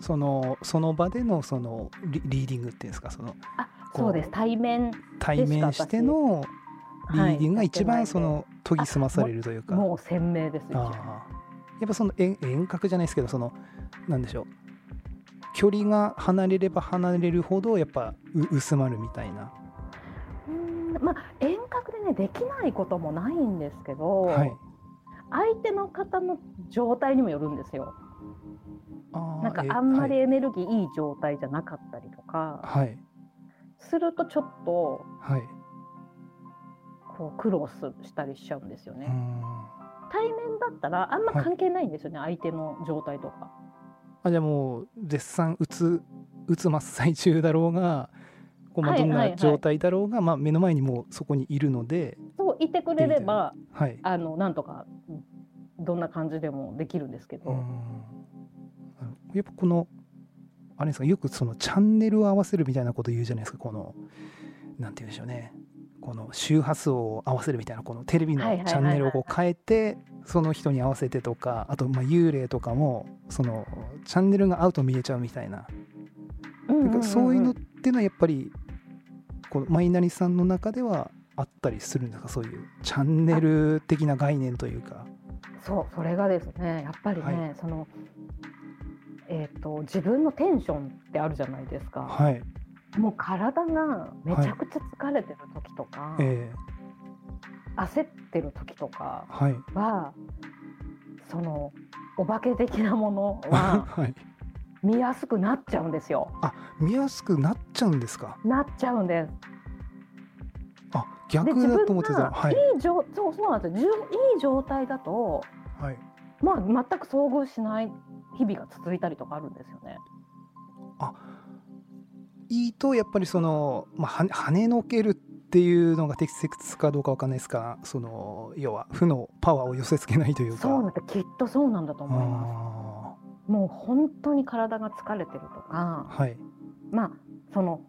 Speaker 1: そのその場でのそのリリーディングっていうんですかその
Speaker 2: あ
Speaker 1: こう
Speaker 2: そうです対面
Speaker 1: 対面してのリ
Speaker 2: はい
Speaker 1: ーディングが一
Speaker 2: や
Speaker 1: 番
Speaker 2: ってない
Speaker 1: その研ぎ澄まされるというか、
Speaker 2: もう鮮明です
Speaker 1: あ
Speaker 2: よ
Speaker 1: あやっぱその遠遠隔じゃないですけどそのなんでしょう距離が離れれば離れるほどやっぱう薄まるみたいな、
Speaker 2: うーんまあ遠隔でねできないこともないんですけど、
Speaker 1: はい、
Speaker 2: 相手の方の状態にもよるんですよ
Speaker 1: あ
Speaker 2: なんか
Speaker 1: ーえ
Speaker 2: あんまり
Speaker 1: はい
Speaker 2: エネルギーいい状態じゃなかったりとか
Speaker 1: はい、
Speaker 2: するとちょっと
Speaker 1: はい、
Speaker 2: こう苦労すしたりしちゃうんですよ
Speaker 1: う
Speaker 2: ね
Speaker 1: ー。ん
Speaker 2: 対面だったらあんま関係ないんですよね、相手の状態とか。
Speaker 1: あじゃあもう絶賛打つ打つ真っ最中だろうがこうまあ
Speaker 2: はい
Speaker 1: どん
Speaker 2: は
Speaker 1: な
Speaker 2: いはい
Speaker 1: 状態だろうが、まあ、目の前にもうそこにいるので、
Speaker 2: そういてくれれば
Speaker 1: はい、
Speaker 2: あのなんとかどんな感じでもできるんですけ
Speaker 1: う
Speaker 2: ど、
Speaker 1: んあのやっぱこのあれですかよくそのチャンネルを合わせるみたいなこと言うじゃないですかこのなんて言うんでしょうねこの周波数を合わせるみたいなこのテレビ
Speaker 2: はいは
Speaker 1: の
Speaker 2: いはいはい
Speaker 1: チャンネルをこう変えてその人に合わせてとかあとまあ幽霊とかもそのチャンネルが合うと見えちゃうみたいな
Speaker 2: うんうん
Speaker 1: なん
Speaker 2: うんうん
Speaker 1: かそういうのっていうのはやっぱりこのマイナリさんの中ではあったりするんですかそういうチャンネル的な概念というか
Speaker 2: そうそれがですねやっぱりね、
Speaker 1: は
Speaker 2: そのえー、と自分のテンションってあるじゃないですか
Speaker 1: はい
Speaker 2: もう体がめちゃくちゃ疲れてる時とか、
Speaker 1: え
Speaker 2: 焦ってる時とか
Speaker 1: えはい
Speaker 2: はそのお化け的なもの は
Speaker 1: はい
Speaker 2: 見やすくなっちゃうんですよ。
Speaker 1: あ見やすくなっちゃうんですか
Speaker 2: なっちゃうんです。
Speaker 1: あ
Speaker 2: で
Speaker 1: 逆
Speaker 2: 自
Speaker 1: だと思
Speaker 2: 分
Speaker 1: ってたは
Speaker 2: が
Speaker 1: い
Speaker 2: いい状そうそうなんですよ。じゅいい状態だと
Speaker 1: はい
Speaker 2: まあ全く遭遇しない日々が続いたりとかあるんですよね。
Speaker 1: いいとやっぱりその、まあ、は跳ねのけるっていうのが適切かどうかわかんないですがその要は負のパワーを寄せ付けないというか
Speaker 2: そうなんだきっとそうなんだと思い
Speaker 1: あ
Speaker 2: ますもう本当に体が疲れてるとか
Speaker 1: ーはい
Speaker 2: まあその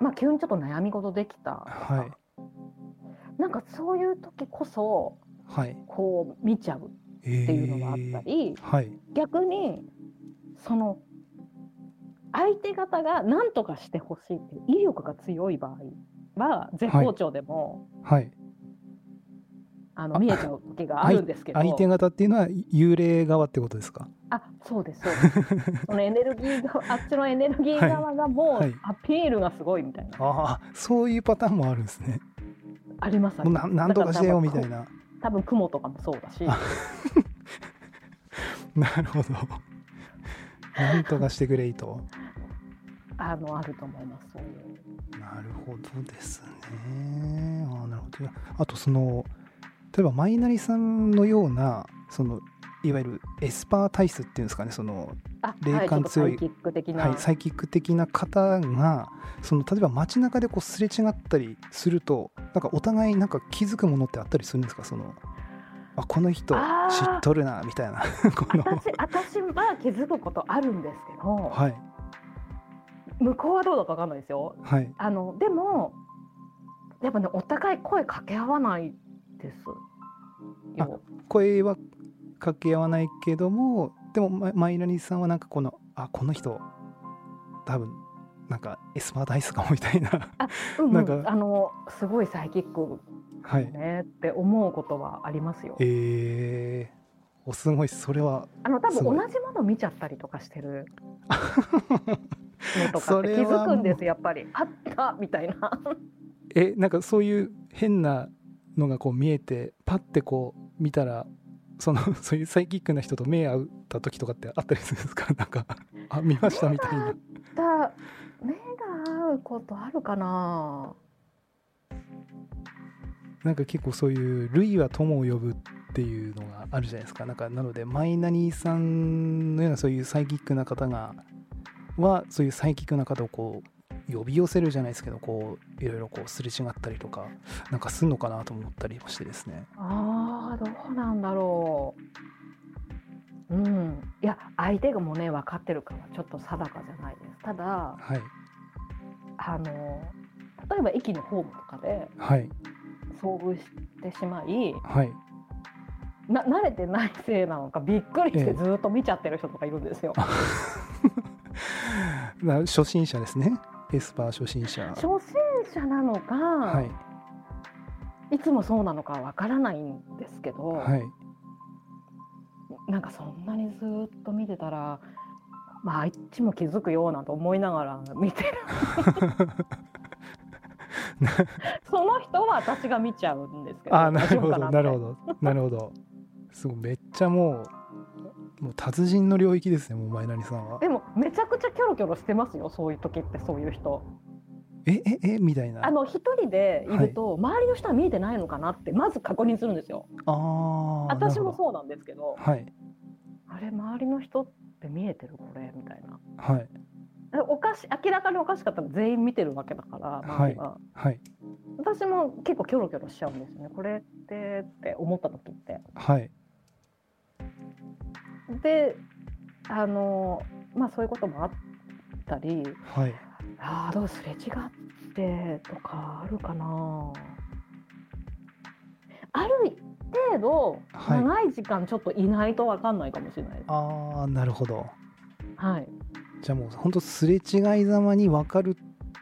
Speaker 2: まあ急にちょっと悩み事できた
Speaker 1: はい
Speaker 2: なんかそういう時こそ
Speaker 1: はい
Speaker 2: こう見ちゃう
Speaker 1: えー
Speaker 2: っていうのがあったり、
Speaker 1: はい
Speaker 2: 逆にその相手方が何とかしてほしいっていう威力が強い場合は絶好調でも、
Speaker 1: はい
Speaker 2: あ
Speaker 1: あ
Speaker 2: の見えちゃう時があるんですけど
Speaker 1: 相手方っていうのは幽霊側ってことですか
Speaker 2: あそうですそうで すそのエネルギー側あっちのエネルギー側がも
Speaker 1: はいう
Speaker 2: アピールがすごいみたいな、
Speaker 1: ああそういうパターンもあるんですね
Speaker 2: ありますあ
Speaker 1: も
Speaker 2: り
Speaker 1: う
Speaker 2: ま
Speaker 1: な
Speaker 2: す
Speaker 1: なんとかしてよみたいな
Speaker 2: 多分雲とかもそうだし
Speaker 1: あなるほ どなんとかしてくれいと
Speaker 2: あのあると思いますそういう
Speaker 1: なるほどですね。あーなるほど。あとその例えばマイナリさんのようなそのいわゆるエスパー体質っていうんですかねその、
Speaker 2: あ
Speaker 1: 霊感強い
Speaker 2: はい、ちょっとサイキック的な、
Speaker 1: はい、サイキック的な方がその例えば街中でこうすれ違ったりするとなんかお互いなんか気づくものってあったりするんですかそのあこの人知
Speaker 2: あー
Speaker 1: っとるなみたいな この
Speaker 2: 私私は気づくことあるんですけど、
Speaker 1: はい
Speaker 2: 向こうはどうだかわかんないですよ。
Speaker 1: はい
Speaker 2: あのでもやっぱねお互い声掛け合わないですよ。
Speaker 1: 声は掛け合わないけどもでもママイナリさんはなんかこのあこの人多分なんかエスパーダイスかもみたいな
Speaker 2: うんうん、
Speaker 1: なんか
Speaker 2: あのすごいサイキック
Speaker 1: はい
Speaker 2: ねって思うことはありますよ。
Speaker 1: えー、おすごいそれは
Speaker 2: あの多
Speaker 1: す
Speaker 2: 分
Speaker 1: ご
Speaker 2: 同
Speaker 1: い
Speaker 2: じもの見ちゃったりとかしてるのとか
Speaker 1: そ
Speaker 2: って
Speaker 1: れ
Speaker 2: 気
Speaker 1: はもう
Speaker 2: づくんですやっぱりあったみたいな
Speaker 1: えなんかそういう変なのがこう見えてパッてこう見たらその そういうサイキックな人と目合った時とかってあったりするんですか なんかあ見ましたみたいな
Speaker 2: だ目が合うことあるかな
Speaker 1: なんか結構そういう「類は友を呼ぶ」っていうのがあるじゃないですかなんかなのでマイナニーさんのようなそういうサイキックな方がはそういうサイキックな方をこう呼び寄せるじゃないですけどこういろいろこうすれ違ったりとかなんかすんのかなと思ったりもしてですね
Speaker 2: あーどうなんだろう。うん、いや相手がもうね分かってるかはちょっと定かじゃないです。ただ
Speaker 1: はい
Speaker 2: あの例えば駅のホームとかで
Speaker 1: はい
Speaker 2: 遭遇してしまい
Speaker 1: はい
Speaker 2: な慣れてないせいなのかびっくりし
Speaker 1: ええ
Speaker 2: てずっと見ちゃってる人とかいるんですよ。
Speaker 1: な初心者ですねエスパー初心者
Speaker 2: 初心者なのか、
Speaker 1: はい
Speaker 2: い、つもそうなのかわからないんですけど、
Speaker 1: はい
Speaker 2: なんかそんなにずっと見てたら、まあ、あっちも気づくようなと思いながら見てるその人は私が見ちゃうんですけど
Speaker 1: あーなるほどなるほ
Speaker 2: ど
Speaker 1: どなるほどすごいめっちゃもうもう達人の領域ですねもうマイナニさんは
Speaker 2: でもめちゃくちゃキョロキョロしてますよそういう時ってそういう人
Speaker 1: えええみたいな
Speaker 2: あの一人でいると、周りの人は見えてないのかなってまず確認するんですよ
Speaker 1: あー
Speaker 2: 私も
Speaker 1: なる
Speaker 2: そうなんですけど
Speaker 1: ほどはい
Speaker 2: あれ周りの人って見えてるこれみたいな
Speaker 1: はい
Speaker 2: えおかし明らかにおかしかったら全員見てるわけだから周りは、
Speaker 1: はい
Speaker 2: 私も結構キョロキョロしちゃうんですよねこれってって思った時って
Speaker 1: はい
Speaker 2: であのまあそういうこともあったり
Speaker 1: はい
Speaker 2: ああどうすれ違ってとかあるかなある程度
Speaker 1: はい
Speaker 2: 長い時間ちょっといないとわかんないかもしれないです、
Speaker 1: ああなるほど
Speaker 2: はい、
Speaker 1: じゃあもうほんとすれ違いざまに分かる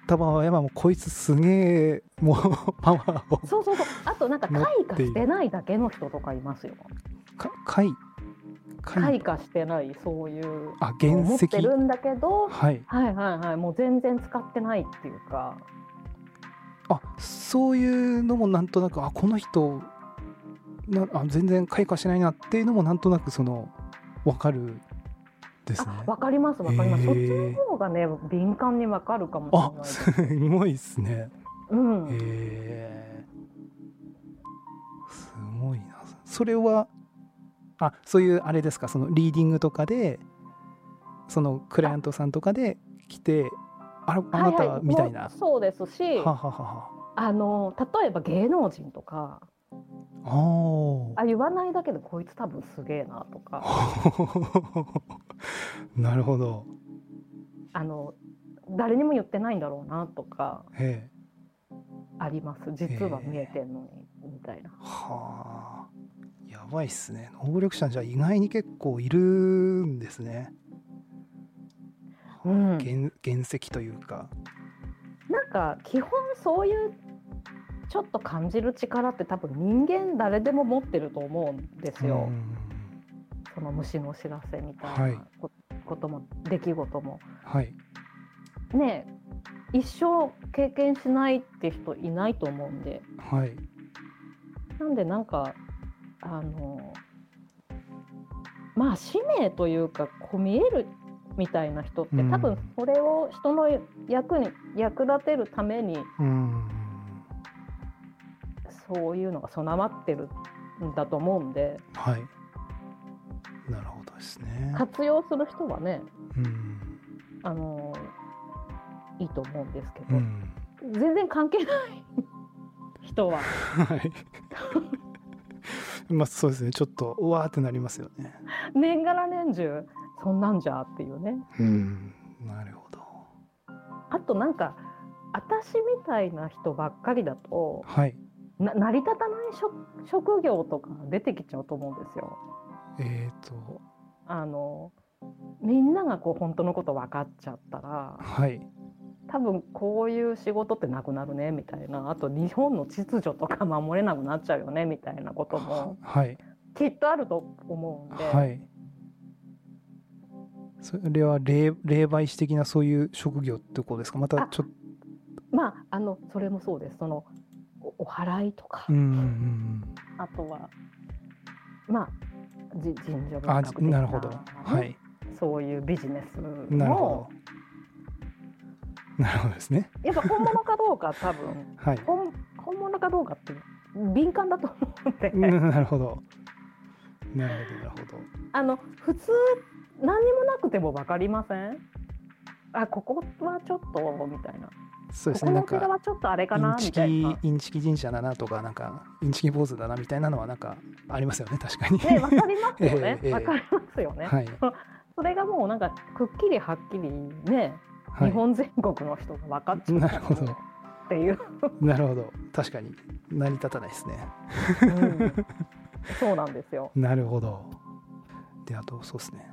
Speaker 1: た場合はもうこいつすげえもうパワーを
Speaker 2: そうそうそうあとなんか開花してないだけの人とかいますよ
Speaker 1: かかいか
Speaker 2: 開
Speaker 1: い
Speaker 2: 花してないそういう
Speaker 1: あ原
Speaker 2: 持っ
Speaker 1: 石
Speaker 2: てるんだけど
Speaker 1: はい
Speaker 2: はいはいはいもう全然使ってないっていうか
Speaker 1: あそういうのもなんとなくあこの人なあ全然開花しないなっていうのもなんとなくその分かるですね
Speaker 2: あわかりますわかります、
Speaker 1: へ
Speaker 2: そっち
Speaker 1: ー
Speaker 2: の方がね敏感にわかるかも
Speaker 1: あ
Speaker 2: しれない
Speaker 1: すごいですね
Speaker 2: うん、
Speaker 1: へえすごいなそれはあそういうあれですかそのリーディングとかでそのクライアントさんとかで来てああらあな
Speaker 2: はいは
Speaker 1: たみたいな。
Speaker 2: も
Speaker 1: は
Speaker 2: うそうですし
Speaker 1: ははは
Speaker 2: あの例えば芸能人とか
Speaker 1: は。あ
Speaker 2: あ言わないだけでこいつ多分すげえなとか
Speaker 1: あ。 なるほど。
Speaker 2: あの誰にも言ってないんだろうなとか
Speaker 1: ええ。
Speaker 2: あります実は見えてんのにみたいな。
Speaker 1: はあ。やばいっすね。能力者じゃ意外に結構いるんですね。
Speaker 2: うん
Speaker 1: 原原石というか。
Speaker 2: なんか基本そういうちょっと感じる力って多分人間誰でも持ってると思うんですよ、
Speaker 1: うん
Speaker 2: その虫の知らせみた
Speaker 1: はいい
Speaker 2: なこことも出来事も。
Speaker 1: はい。
Speaker 2: ねえ一生経験しないって人いないと思うんで
Speaker 1: はい。
Speaker 2: なんでなんかあのまあ使命というかこう見えるみたいな人って多
Speaker 1: う
Speaker 2: 分
Speaker 1: ん
Speaker 2: それを人の役に役立てるために
Speaker 1: うん。
Speaker 2: そういうのが備わってるんだと思うんで
Speaker 1: はい。なるほどですね。
Speaker 2: 活用する人はね
Speaker 1: うん。
Speaker 2: あのいいと思うんですけど、
Speaker 1: うん。
Speaker 2: 全然関係ない人は
Speaker 1: はい。 まあそうですね。ちょっとうわーってなりますよね。
Speaker 2: 年がら年中そんなんじゃっていうね
Speaker 1: うん。なるほど。
Speaker 2: あとなんか私みたいな人ばっかりだと
Speaker 1: はい。
Speaker 2: な成り立たない職職業とか出てきちゃうと思うんですよ。
Speaker 1: えっ、ー、と、
Speaker 2: あのみんながこう本当のこと分かっちゃったら
Speaker 1: はい。
Speaker 2: 多分こういう仕事ってなくなるねみたいなあと日本の秩序とか守れなくなっちゃうよねみたいなことも
Speaker 1: はい。
Speaker 2: きっとあると思うんで、
Speaker 1: はい。それは霊霊媒師的なそういう職業ってことですかまた
Speaker 2: あ
Speaker 1: ちょっと
Speaker 2: まああのそれもそうですそのおお祓いとか、
Speaker 1: うんうん
Speaker 2: あとはまあじ神社
Speaker 1: う
Speaker 2: 仏
Speaker 1: んあ
Speaker 2: 閣的
Speaker 1: なるほど
Speaker 2: ね
Speaker 1: はい
Speaker 2: そういうビジネス
Speaker 1: なるほ
Speaker 2: も
Speaker 1: どなるほどですね
Speaker 2: やっぱ本物かどうか多分
Speaker 1: はい
Speaker 2: 本本物かどうかって敏感だと思うんで、
Speaker 1: うんなるほどなるほどなるほど
Speaker 2: あの普通何にもなくても分かりませんあここはちょっとみたいな
Speaker 1: そうです
Speaker 2: こ
Speaker 1: ね
Speaker 2: こ
Speaker 1: な
Speaker 2: の
Speaker 1: んか
Speaker 2: お寺はちょっとあれか
Speaker 1: イン
Speaker 2: な
Speaker 1: チ
Speaker 2: みたい
Speaker 1: キ
Speaker 2: な。
Speaker 1: インチキ神社だなとかなんかインチキ坊主だなみたいなのはなんかありますよね確かに、
Speaker 2: ね、分かりますよね
Speaker 1: ええええ
Speaker 2: 分かりますよね。
Speaker 1: はい
Speaker 2: それがもうなんかくっきりはっきりね、
Speaker 1: は
Speaker 2: 日本全国の人が分かっちゃ
Speaker 1: い、
Speaker 2: う
Speaker 1: なるほど
Speaker 2: って いう、
Speaker 1: なるほど確かに成り立たないですね
Speaker 2: うんそうなんですよ。
Speaker 1: なるほどであとそうですね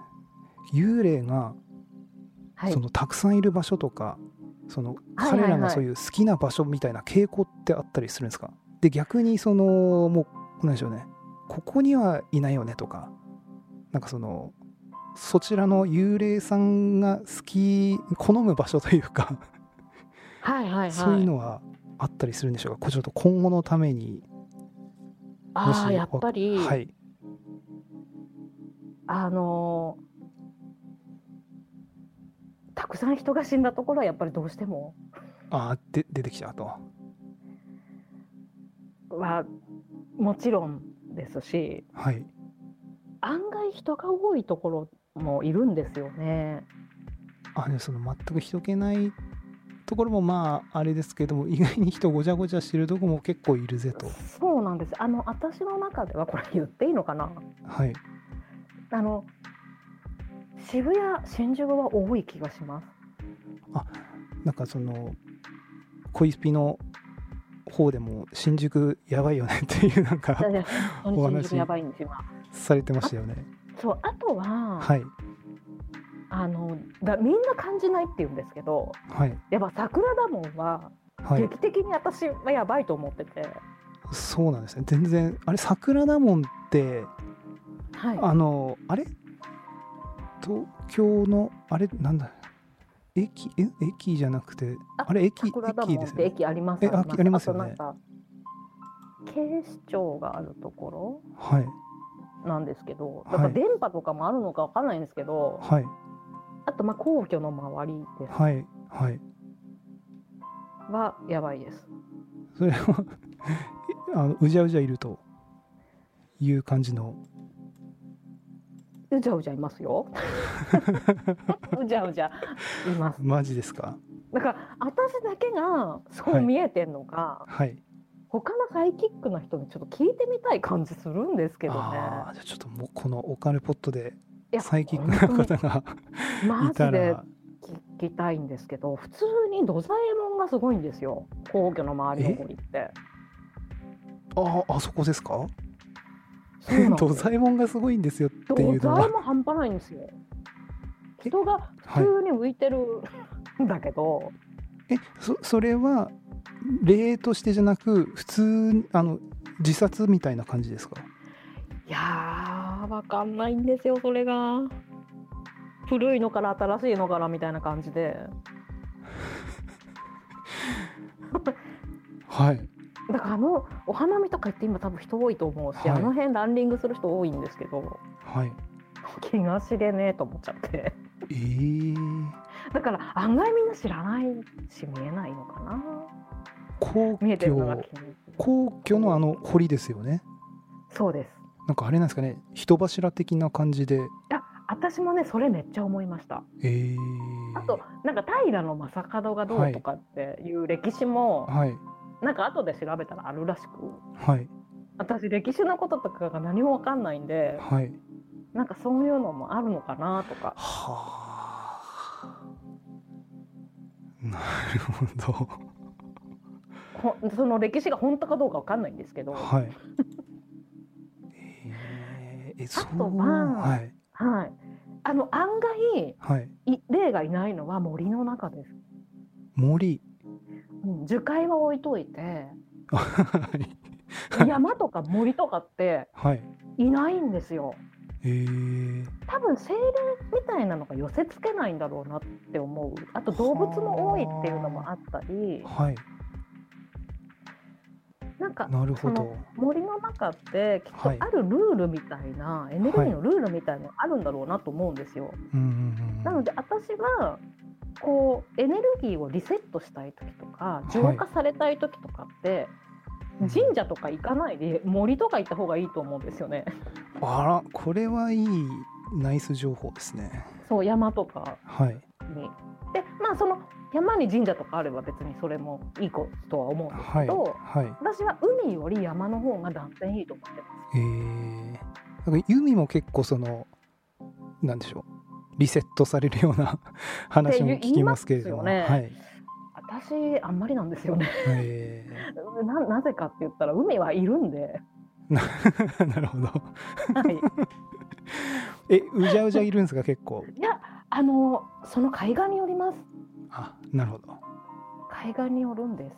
Speaker 1: 幽霊が
Speaker 2: はい
Speaker 1: そのたくさんいる場所とかその
Speaker 2: はいはい
Speaker 1: 彼らがそういう好きな場所みたいな傾向ってあったりするんですかで逆にそのもう何でしょうねここにはいないよねとかなんかそのそちらの幽霊さんが好き好む場所というか
Speaker 2: はいはいはい。
Speaker 1: そういうのはあったりするんでしょうかこれちょっと今後のためにも
Speaker 2: ああ
Speaker 1: し
Speaker 2: やっぱり、
Speaker 1: はい
Speaker 2: あのーたくさん人が死んだところはやっぱりどうしても
Speaker 1: あーで出てきちゃうと
Speaker 2: はもちろんですし
Speaker 1: はい
Speaker 2: 案外人が多いところもいるんですよね。
Speaker 1: あでもその全く人気ないところもまああれですけども意外に人ごちゃごちゃしてるとこも結構いるぜと
Speaker 2: そうなんですあの私の中ではこれ言っていいのかな
Speaker 1: はい
Speaker 2: あの渋谷新宿は多い気がします。
Speaker 1: なんかその恋スピの方でも新宿やばいよねっていうなんか
Speaker 2: いやいや本
Speaker 1: お
Speaker 2: 当に
Speaker 1: 話
Speaker 2: 新宿やばいんです今。
Speaker 1: されてましたよね
Speaker 2: そうあとは、
Speaker 1: はい
Speaker 2: あのだみんな感じないって言うんですけど
Speaker 1: はい
Speaker 2: やっぱ桜田門は
Speaker 1: はい
Speaker 2: 劇的に私はやばいと思ってて、
Speaker 1: そうなんですね全然あれ桜田門って
Speaker 2: はい、
Speaker 1: あのあれ東京のあれなんだ駅え駅じゃなくて
Speaker 2: あ
Speaker 1: あれ駅
Speaker 2: 桜田門
Speaker 1: 駅
Speaker 2: っ
Speaker 1: です
Speaker 2: て
Speaker 1: よね
Speaker 2: 駅あります
Speaker 1: えあありますよね
Speaker 2: あとなんか警視庁があるとこ
Speaker 1: はい
Speaker 2: ろなんですけど
Speaker 1: はい
Speaker 2: やっぱ電波とかもあるのかわかんないんですけど、
Speaker 1: はい
Speaker 2: あとまあ皇居の周りです
Speaker 1: はいはい
Speaker 2: はやばいです。
Speaker 1: それはあのうじゃうじゃいるという感じの
Speaker 2: うじゃうじゃいますよ。うじゃうじゃいます。
Speaker 1: マジですか
Speaker 2: だから私だけがそう見えてんのか、
Speaker 1: はい。
Speaker 2: 他のハイキックの人にちょっと聞いてみたい感じするんですけどね。
Speaker 1: ああ、じゃあちょっともうこのオカルポットで
Speaker 2: いや
Speaker 1: サイキック
Speaker 2: 本当
Speaker 1: の
Speaker 2: に
Speaker 1: 方が
Speaker 2: マ
Speaker 1: い
Speaker 2: ジ
Speaker 1: た
Speaker 2: で
Speaker 1: ら、
Speaker 2: 聞きたいんですけど普通に土左衛門がすごいんですよ皇居の周りの 森って。
Speaker 1: ああ、あそこですか
Speaker 2: そうなんですよ
Speaker 1: 土左衛門がすごいんですよっていうの
Speaker 2: 土
Speaker 1: は
Speaker 2: 台。も半端ないんですよ。人が
Speaker 1: は
Speaker 2: 普
Speaker 1: い
Speaker 2: 通に浮いてるんだけど、
Speaker 1: え、そそれは例としてじゃなく普通あの自殺みたいな感じですか。
Speaker 2: い、やーわかんないんですよそれが古いのから新しいのからみたいな感じで
Speaker 1: はい。
Speaker 2: だからあのお花見とか行って今多分人多いと思うし、
Speaker 1: はい
Speaker 2: あの辺ランニングする人多いんですけど
Speaker 1: はい。
Speaker 2: 気が知れねえと思っちゃって
Speaker 1: ええ
Speaker 2: だから案外みんな知らないし見えないのかな
Speaker 1: 皇
Speaker 2: 見えてるのが
Speaker 1: 居
Speaker 2: 気に
Speaker 1: 皇居のあの堀ですよね。
Speaker 2: そうです
Speaker 1: なんかあれなんですかね人柱的な感じで。
Speaker 2: あ私もねそれめっちゃ思いました
Speaker 1: ええ
Speaker 2: あとなんか平の正門がどうとかっていう歴史も、
Speaker 1: はい
Speaker 2: なんか後で調べたらあるらしく
Speaker 1: はい
Speaker 2: 私歴史のこととかが何も分かんないんで
Speaker 1: はい。
Speaker 2: なんかそういうのもあるのかなとか
Speaker 1: はあ。なるほど。
Speaker 2: ほんその歴史が本当かどうか分かんないんですけど、は
Speaker 1: はい。えーえ、そう。
Speaker 2: とは
Speaker 1: はい。
Speaker 2: い、あの案外
Speaker 1: はい。
Speaker 2: い霊がいないのは森の中です、
Speaker 1: 森。
Speaker 2: うん、樹海は置いといて
Speaker 1: はい。
Speaker 2: 山とか森とかって
Speaker 1: はい。
Speaker 2: いないんですよ
Speaker 1: えー、
Speaker 2: 多分精霊みたいなのが寄せつけないんだろうなって思うあと動物も多いっていうのもあったり
Speaker 1: はい。
Speaker 2: なんか
Speaker 1: なるほ
Speaker 2: そ
Speaker 1: ど
Speaker 2: の。森の中ってきっと
Speaker 1: はい
Speaker 2: あるルールみたいな、エネルギーのルールみたいなのあるんだろうなと思うんですよ、
Speaker 1: うんうんうん。
Speaker 2: なので私はこうエネルギーをリセットしたい時とか
Speaker 1: い
Speaker 2: 浄化されたい時とかって、
Speaker 1: うん
Speaker 2: 神社とか行かないで森とか行った方がいいと思うんですよね。
Speaker 1: あら、これはいい。ナイス情報ですね。
Speaker 2: そう山とか
Speaker 1: はい。
Speaker 2: に。でまあその山に神社とかあれば別にそれもいいこととは思うんです
Speaker 1: は
Speaker 2: け
Speaker 1: い。
Speaker 2: ど、
Speaker 1: は
Speaker 2: 私は海より山の方が断然いいと思ってます。
Speaker 1: い。えー。なんか、ユミも結構その。なんでしょう。リセットされるような話も聞きますけれども。
Speaker 2: って言います
Speaker 1: は
Speaker 2: よ
Speaker 1: い。
Speaker 2: 私あんまりなんですよね。
Speaker 1: え
Speaker 2: ななぜかって言ったら海はいるんで、
Speaker 1: ー、 なるほど。
Speaker 2: はい、
Speaker 1: え、うじゃうじゃいるんですか、結構。
Speaker 2: いや あのその海岸によります。
Speaker 1: あ、なるほど。
Speaker 2: 海岸によるんです。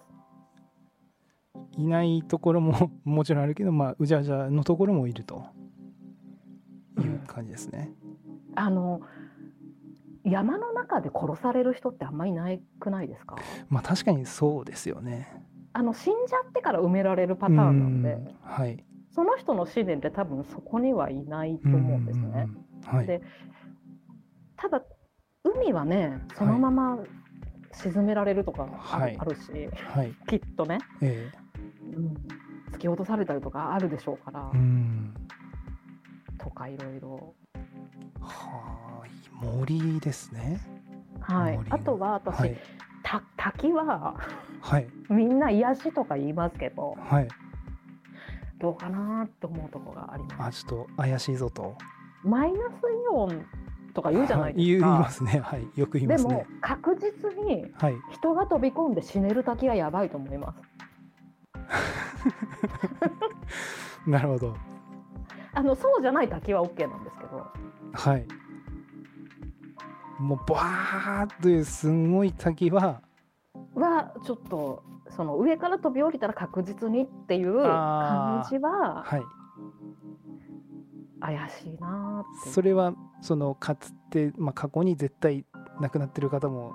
Speaker 1: いないところも もちろんあるけど、まあ、うじゃうじゃのところもいるという感じですね。
Speaker 2: あの山の中で殺される人ってあんまりいなくないですか
Speaker 1: まあ確かにそうですよね。
Speaker 2: あの死んじゃってから埋められるパ
Speaker 1: パ
Speaker 2: ターンなんで
Speaker 1: はい。
Speaker 2: その人の試練って多分そこにはいないと思うんです
Speaker 1: うんうんう
Speaker 2: ね。
Speaker 1: ん。はい。
Speaker 2: でただ海はねそのまま沈められるとかある,、
Speaker 1: はい
Speaker 2: あるし
Speaker 1: はい。
Speaker 2: きっとね、
Speaker 1: え
Speaker 2: うん突き落とされたりとかあるでしょうから、
Speaker 1: えうん。
Speaker 2: とかいろいろ。
Speaker 1: はあ、森ですね。
Speaker 2: はい
Speaker 1: 森、が
Speaker 2: あとは私、
Speaker 1: はい。
Speaker 2: た滝は
Speaker 1: はい。
Speaker 2: みんな癒しとか言いますけど
Speaker 1: はい。
Speaker 2: どうかなと思うとこがあります。
Speaker 1: あ、ちょっと怪しいぞと。
Speaker 2: マイナスイオンとか言うじゃない
Speaker 1: は
Speaker 2: で
Speaker 1: 言い
Speaker 2: すか。
Speaker 1: ますね。はい。よく言いま
Speaker 2: ですも
Speaker 1: ね。
Speaker 2: 確実に
Speaker 1: はい。
Speaker 2: 人が飛び込んで死ねる滝はやばいと思います。
Speaker 1: なるほど。
Speaker 2: あのそうじゃない滝は OK なんですけど、
Speaker 1: はい。もうバーッというすんごい滝は、
Speaker 2: はちょっとその上から飛び降りたら確実にっていう感
Speaker 1: あー
Speaker 2: じは
Speaker 1: はい。
Speaker 2: 怪しいなーっていう。
Speaker 1: それはそのかつて、まあ、過去に絶対亡くなってる方も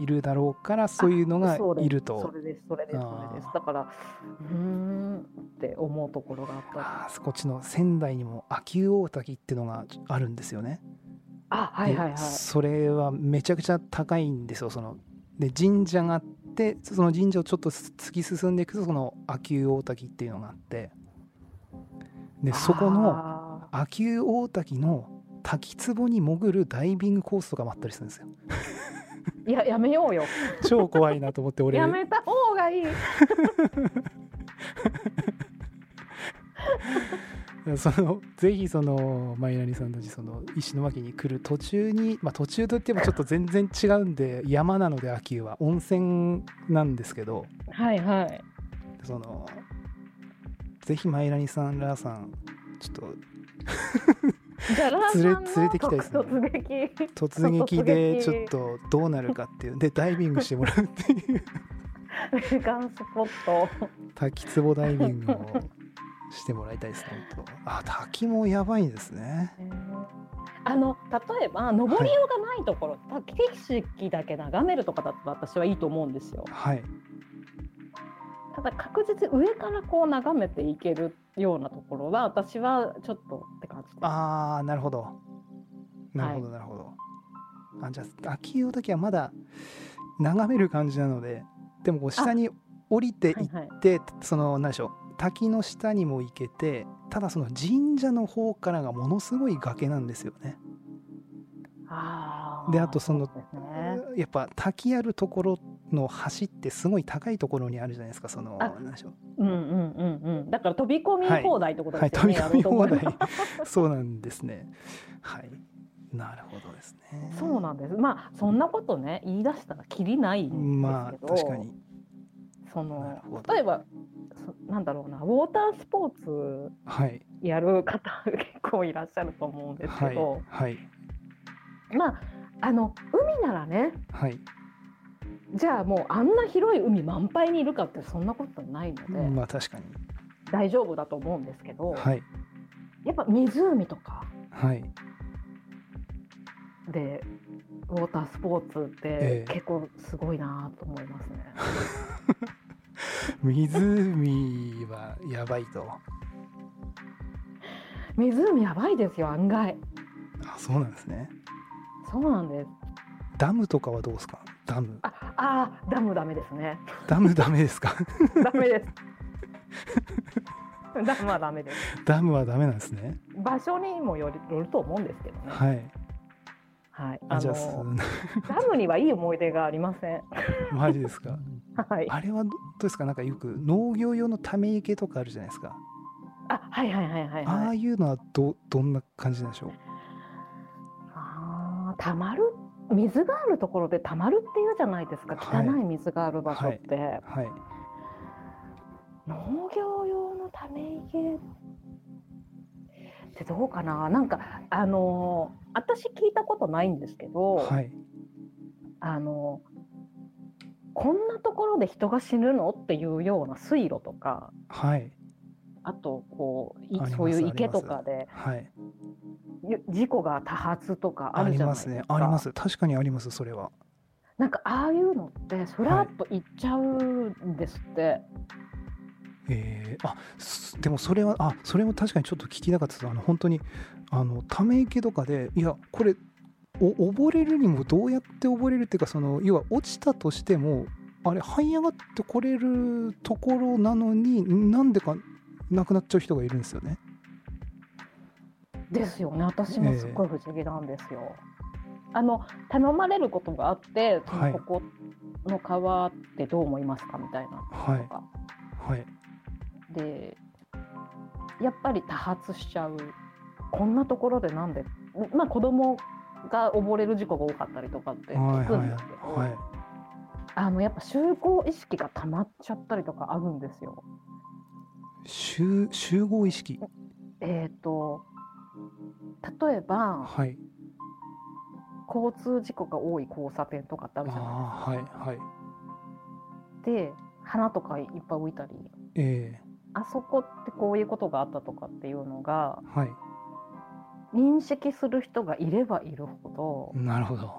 Speaker 1: いるだろうからそういうのが
Speaker 2: そうです
Speaker 1: いる
Speaker 2: そ
Speaker 1: と
Speaker 2: れですそれですそれです
Speaker 1: あー
Speaker 2: だからうーんって思うところがあったり
Speaker 1: ああこっちの仙台にも秋湯大滝ってのがあるんですよね。
Speaker 2: あはいはいはい
Speaker 1: でそれはめちゃくちゃ高いんですよ。そので神社があってその神社をちょっと突き進んでいくとその秋湯大滝っていうのがあってでそこの
Speaker 2: あ
Speaker 1: 秋湯大滝の滝壺に潜るダイビングコースとかもあったりするんですよ。
Speaker 2: ーいややめようよ
Speaker 1: 超怖いなと思って俺
Speaker 2: やめた方がいい
Speaker 1: そのぜひそのマイナリさんたちその石巻に来る途中に、まあ、途中といってもちょっと全然違うんで山なので秋は温泉なんですけど
Speaker 2: はいはい
Speaker 1: そのぜひマイナリさんラーさんちょ
Speaker 2: じゃあラー
Speaker 1: 連
Speaker 2: さん
Speaker 1: れ
Speaker 2: の
Speaker 1: 連れてきたいですね
Speaker 2: 突撃
Speaker 1: っと突撃で
Speaker 2: 突撃
Speaker 1: ちょっとどうなるかっていうでダイビングしてもら うっていう
Speaker 2: メ ガンスポット
Speaker 1: 滝壺ダイビングをしてもらいたいですね本当あ滝もやばいんですね
Speaker 2: あの例えば登りようがないところ、景色だけ眺めるとかだったら私はいいと思うんですよ
Speaker 1: はい
Speaker 2: ただ確実に上からこう眺めていけるようなところは私はちょっとって感じです
Speaker 1: ああなるほどなるほどなるほど、あじゃあ秋用だけはまだ眺める感じなのででもこう下に降りてい
Speaker 2: はい
Speaker 1: っ
Speaker 2: はい
Speaker 1: て、その何でしょう滝の下にも行けてただその神社の方からがものすごい崖なんですよね
Speaker 2: あー
Speaker 1: であとその
Speaker 2: うですね
Speaker 1: やっぱ滝あるところの橋ってすごい高いところにあるじゃないですかその
Speaker 2: あ
Speaker 1: 何でしょう
Speaker 2: うんうんうんうんだから飛び込み放題ってこと
Speaker 1: は
Speaker 2: で
Speaker 1: い
Speaker 2: すよ
Speaker 1: 飛
Speaker 2: ね、
Speaker 1: び込み放題
Speaker 2: やろうと思えば
Speaker 1: そうなんですねはいなるほどですね
Speaker 2: そうなんですまあそんなことね言い出したらきりないんですけど、
Speaker 1: まあ確かに
Speaker 2: そ
Speaker 1: なる
Speaker 2: の
Speaker 1: ほど
Speaker 2: 例えばそなんだろうなウォータースポーツ
Speaker 1: はい
Speaker 2: やる方結構いらっしゃると思うんです
Speaker 1: は
Speaker 2: け
Speaker 1: い
Speaker 2: ど、
Speaker 1: はい
Speaker 2: まああの海ならね
Speaker 1: はい、
Speaker 2: じゃあもうあんな広い海満杯にいるかってそんなことないので、
Speaker 1: まあ確かに
Speaker 2: 大丈夫だと思うんですけど、
Speaker 1: はい
Speaker 2: やっぱ湖とか
Speaker 1: はい
Speaker 2: でウォータースポーツっ
Speaker 1: ええ
Speaker 2: て結構すごいなと思いますね。
Speaker 1: 湖はやばいと
Speaker 2: 湖やばいですよ案外
Speaker 1: あそうなんですね
Speaker 2: そうなんです
Speaker 1: ダムとかはどうですかダム
Speaker 2: ああーダムダメですね
Speaker 1: ダムダメですか
Speaker 2: ダメです ダムはダメです
Speaker 1: ダムはダメなんですね
Speaker 2: 場所にもよりよると思うんですけどね
Speaker 1: はい
Speaker 2: はい
Speaker 1: あ
Speaker 2: あ
Speaker 1: じゃあ
Speaker 2: のダムにはいい思い出がありません
Speaker 1: す マジですか
Speaker 2: はい
Speaker 1: あれはどどうですかなんかよく農業用のため池とかあるじゃないですか
Speaker 2: あはいはいはいはい
Speaker 1: あ
Speaker 2: は
Speaker 1: あ
Speaker 2: い
Speaker 1: いうのはどどんな感じなんでしょう
Speaker 2: あーたまる水があるところでたまるっていうじゃないですか
Speaker 1: は
Speaker 2: 汚
Speaker 1: い
Speaker 2: い水がある場所って、
Speaker 1: はい
Speaker 2: 農業用のため池ってどうかななんかあのー私聞いたことないんですけど、
Speaker 1: はい
Speaker 2: あのこんなところで人が死ぬのっていうような水路とか
Speaker 1: はい
Speaker 2: あとこうい
Speaker 1: あります
Speaker 2: そういう池とかで
Speaker 1: はい
Speaker 2: ゆ事故が多発とかあ
Speaker 1: あ
Speaker 2: る
Speaker 1: り
Speaker 2: じゃない
Speaker 1: ま
Speaker 2: です
Speaker 1: す
Speaker 2: か
Speaker 1: ねあります確かにありますそれは
Speaker 2: なんかああいうのってそらっと行っちゃうんですって、
Speaker 1: えーあすでもそれはあそれも確かにちょっと聞きたかったですあの本当にあのため池とかでいやこれお溺れるにもどうやって溺れるっていうかその要は落ちたとしてもあれ這い上がってこれるところなのになんでか亡くなっちゃう人がいるんですよね。
Speaker 2: ですよね私もすっごい不思議なんですよ。あの頼まれることがあってその
Speaker 1: はい
Speaker 2: ここの川ってどう思いますかみたいな
Speaker 1: は
Speaker 2: と
Speaker 1: い
Speaker 2: か、
Speaker 1: はい
Speaker 2: でやっぱり多発しちゃうこんなところでなんでまあ子供が溺れる事故が多かったりとかって
Speaker 1: はい
Speaker 2: 聞く
Speaker 1: は
Speaker 2: ん
Speaker 1: い
Speaker 2: ですけど、
Speaker 1: はい
Speaker 2: あのやっぱ集合意識が溜まっちゃったりとかあるんですよ。
Speaker 1: 集集合意識
Speaker 2: えー、と例えば
Speaker 1: はい
Speaker 2: 交通事故が多い交差点とかってあ
Speaker 1: あ
Speaker 2: るじゃない
Speaker 1: あーはいはい
Speaker 2: で花とかいっぱい浮いたり
Speaker 1: え
Speaker 2: あそこってこういうことがあったとかっていうのが
Speaker 1: ー、はい
Speaker 2: 認識する人がいればいるほど
Speaker 1: なるほど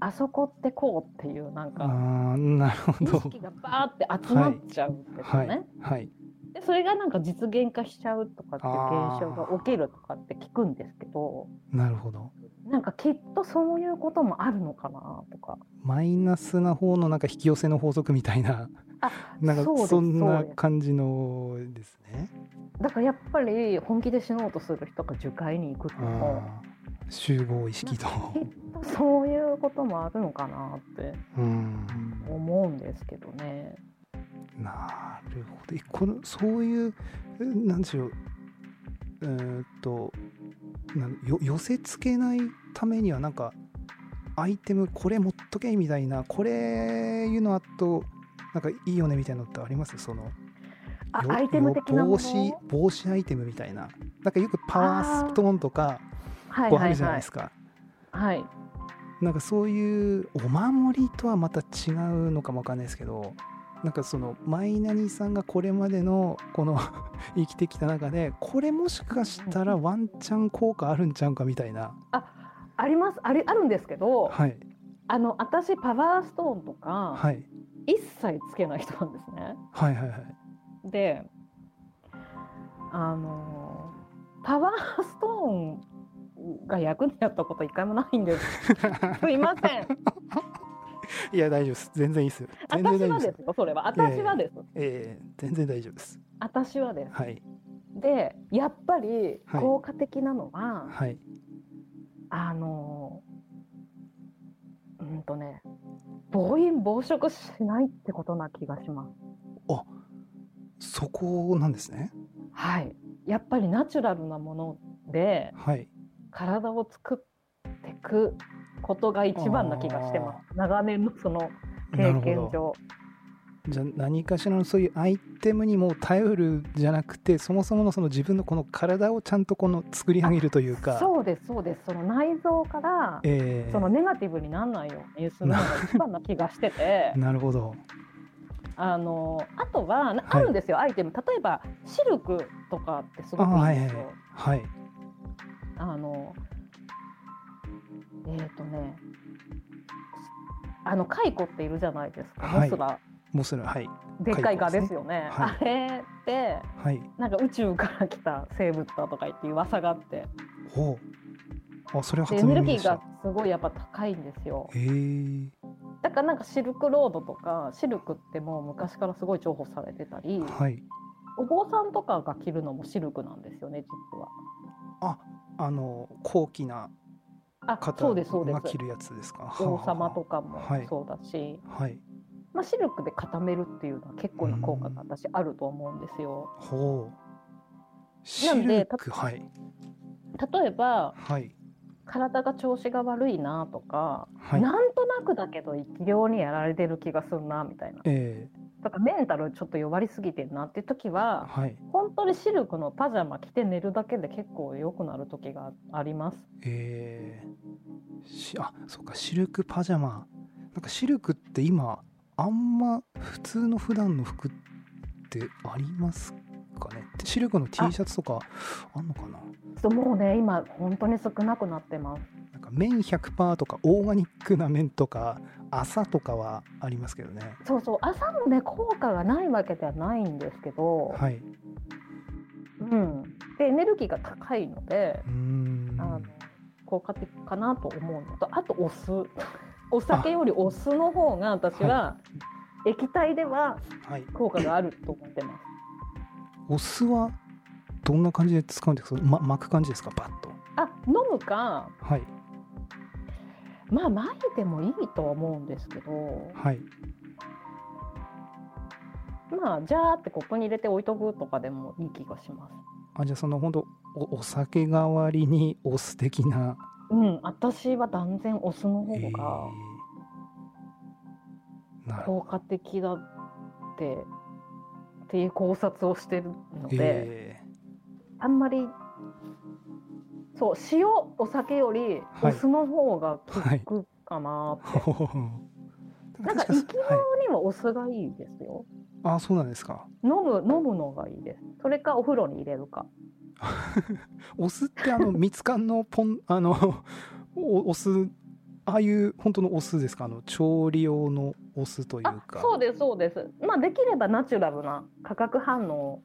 Speaker 2: あそこってこうっていうなん
Speaker 1: あ
Speaker 2: か
Speaker 1: ーなるほ
Speaker 2: 意
Speaker 1: ど
Speaker 2: 識がバーって集まっちゃうんですよ
Speaker 1: は
Speaker 2: ね。
Speaker 1: いはい
Speaker 2: でそれがなんか実現化しちゃうとかっていう
Speaker 1: あー
Speaker 2: 現象が起きるとかって聞くんですけど
Speaker 1: なるほど
Speaker 2: なんかきっとそういうこともあるのかなとか
Speaker 1: マイナスな方のなんか引き寄せの法則みたいな、
Speaker 2: あ
Speaker 1: なん
Speaker 2: そうで
Speaker 1: か
Speaker 2: す
Speaker 1: そん
Speaker 2: そ
Speaker 1: な
Speaker 2: うです
Speaker 1: 感じのですね。
Speaker 2: だからやっぱり本気で死のうとする人が樹海に行く
Speaker 1: あ
Speaker 2: とも
Speaker 1: ー集合意識と。
Speaker 2: きっとそういうこともあるのかなって
Speaker 1: うん
Speaker 2: 思うんですけどね。
Speaker 1: なるほどえこのそういうえなんでしょうえーっとなんよ寄せ付けないためにはなんかアイテムこれ持っとけみたいなこれいうのあとなんかいいよねみたいなのってありますその
Speaker 2: あ、
Speaker 1: よ
Speaker 2: アイテム的なも
Speaker 1: よ帽
Speaker 2: の。
Speaker 1: 子帽子アイテムみたいななんかよくパワーストーンとか
Speaker 2: は
Speaker 1: こうあるじゃないですすか、
Speaker 2: か。はい。
Speaker 1: なんかそういうお守りとはまた違うのかもわかんないですけどなんかそのマイナニさんがこれまでのこの 生きてきた中でこれもしかしたらワンチャン効果あるんちゃうかみたいな
Speaker 2: あります。あれあるんですけど、
Speaker 1: はい
Speaker 2: あの私パワーストーンとか
Speaker 1: はい
Speaker 2: 一切つけない人なんですね。
Speaker 1: はいはいはい
Speaker 2: で、あのパワーストーンが役に立ったこと一回もないんです。すいません。
Speaker 1: いや大丈夫です全然いいですよ全然大丈夫です
Speaker 2: 私はですよ。それは私はです。
Speaker 1: ええ全然大丈夫です
Speaker 2: 私はです。
Speaker 1: はい
Speaker 2: でやっぱり
Speaker 1: はい
Speaker 2: 効果的なのは、
Speaker 1: はい
Speaker 2: あのうんとね暴飲暴食しないってことな気がします。
Speaker 1: そこなんですね
Speaker 2: はい、やっぱりナチュラルなもので
Speaker 1: はい
Speaker 2: 体を作っていくことが一番な気がしてます長年のその
Speaker 1: な
Speaker 2: 経
Speaker 1: る
Speaker 2: 験
Speaker 1: ほど
Speaker 2: 上
Speaker 1: じゃあ何かしらのそういうアイテムにも頼るじゃなくてそもそものその自分のこの体をちゃんとこの作り上げるというか
Speaker 2: そうですそうですその内臓から、
Speaker 1: ええ
Speaker 2: そのネガティブにならないようにするのが一番な気がして て
Speaker 1: なるほど
Speaker 2: あのあとはなあるんですよ、アイテム例えばシルクとかってす
Speaker 1: あ
Speaker 2: ごく
Speaker 1: はい
Speaker 2: い
Speaker 1: いは
Speaker 2: んで
Speaker 1: い
Speaker 2: すよ。
Speaker 1: はい
Speaker 2: あのえっ、とねあのカイコっているじゃないですか、
Speaker 1: はい
Speaker 2: モスラ
Speaker 1: もうするはい
Speaker 2: でっかいガですよね。
Speaker 1: カイコ
Speaker 2: あれって
Speaker 1: はい
Speaker 2: なんか宇宙から来た生物だとか言っていう噂があって
Speaker 1: ほうあそれは
Speaker 2: でエ
Speaker 1: 初
Speaker 2: ネ
Speaker 1: 耳
Speaker 2: ルギ
Speaker 1: で
Speaker 2: ー
Speaker 1: した
Speaker 2: がすごいやっぱ高いんですよ
Speaker 1: へえ
Speaker 2: だからなんかシルクロードとかシルクってもう昔からすごい重宝されてたり
Speaker 1: はい
Speaker 2: お坊さんとかが着るのもシルクなんですよね実は。
Speaker 1: あの高貴な
Speaker 2: あ
Speaker 1: 方
Speaker 2: そうですそうで
Speaker 1: が
Speaker 2: す
Speaker 1: 着るやつですか
Speaker 2: 王様と
Speaker 1: か
Speaker 2: かも
Speaker 1: はい
Speaker 2: そうだし、
Speaker 1: はい
Speaker 2: まあ、シルクで固めるっていうのは結構な効果が私あると思うんですよ。
Speaker 1: ほうシ
Speaker 2: なんで
Speaker 1: ルクはい
Speaker 2: 例えば
Speaker 1: はい
Speaker 2: 体が調子が悪いなとか、
Speaker 1: はい
Speaker 2: なんとなくだけど疫病にやられてる気がするなみたいな
Speaker 1: え
Speaker 2: とかメンタルちょっと弱りすぎてんなっていう時
Speaker 1: え
Speaker 2: は
Speaker 1: はい
Speaker 2: 本当にシルクのパジャマ着て寝るだけで結構良くなる時があります。
Speaker 1: えー、しあそうかシルクパジャマなんかシルクって今あんま普通の普段の服ってありますかねでシルクの T シャツとかあんのかな
Speaker 2: そうもうね今本当に少なくなってます。
Speaker 1: なんか綿100%とかオーガニックな綿とか麻とかはありますけどね
Speaker 2: そうそう朝のね効果がないわけではないんですけど、
Speaker 1: はい
Speaker 2: うん、でエネルギーが高いので。
Speaker 1: うーん
Speaker 2: あの効果的かなと思うのとあとお酢お酒よりお酢の方が私は液体では
Speaker 1: はい
Speaker 2: 効果があると思ってます。
Speaker 1: お酢はどんな感じで使うんですか、ま、巻く感じですかバッと
Speaker 2: あ飲むか
Speaker 1: はい
Speaker 2: まあ巻いてもいいとは思うんですけど
Speaker 1: はい
Speaker 2: まあジャーってコップに入れて置いとくとかでもいい気がします。
Speaker 1: あじゃあその本当おお酒代わりにお酢的な
Speaker 2: うん私は断然お酢の方が
Speaker 1: えーなるほ
Speaker 2: 効果的だって。っていう考察をしてるの
Speaker 1: ど、
Speaker 2: で、
Speaker 1: え
Speaker 2: あんまりそう塩お酒より
Speaker 1: は
Speaker 2: お
Speaker 1: い
Speaker 2: 酢の方が効
Speaker 1: はい
Speaker 2: くかなって、
Speaker 1: ーほほほ
Speaker 2: なんか
Speaker 1: 確
Speaker 2: 生
Speaker 1: に
Speaker 2: き物
Speaker 1: はい、
Speaker 2: にはお酢がいいですよ
Speaker 1: あそうなんですか
Speaker 2: 飲む飲むのがいいですそれかお風呂に入れるか
Speaker 1: お酢ってあの蜜缶のポン あのおお酢ああいう本当のお酢ですかあの調理用のお酢という
Speaker 2: あ
Speaker 1: か
Speaker 2: そうですそうですまあできればナチュラルな化学反応を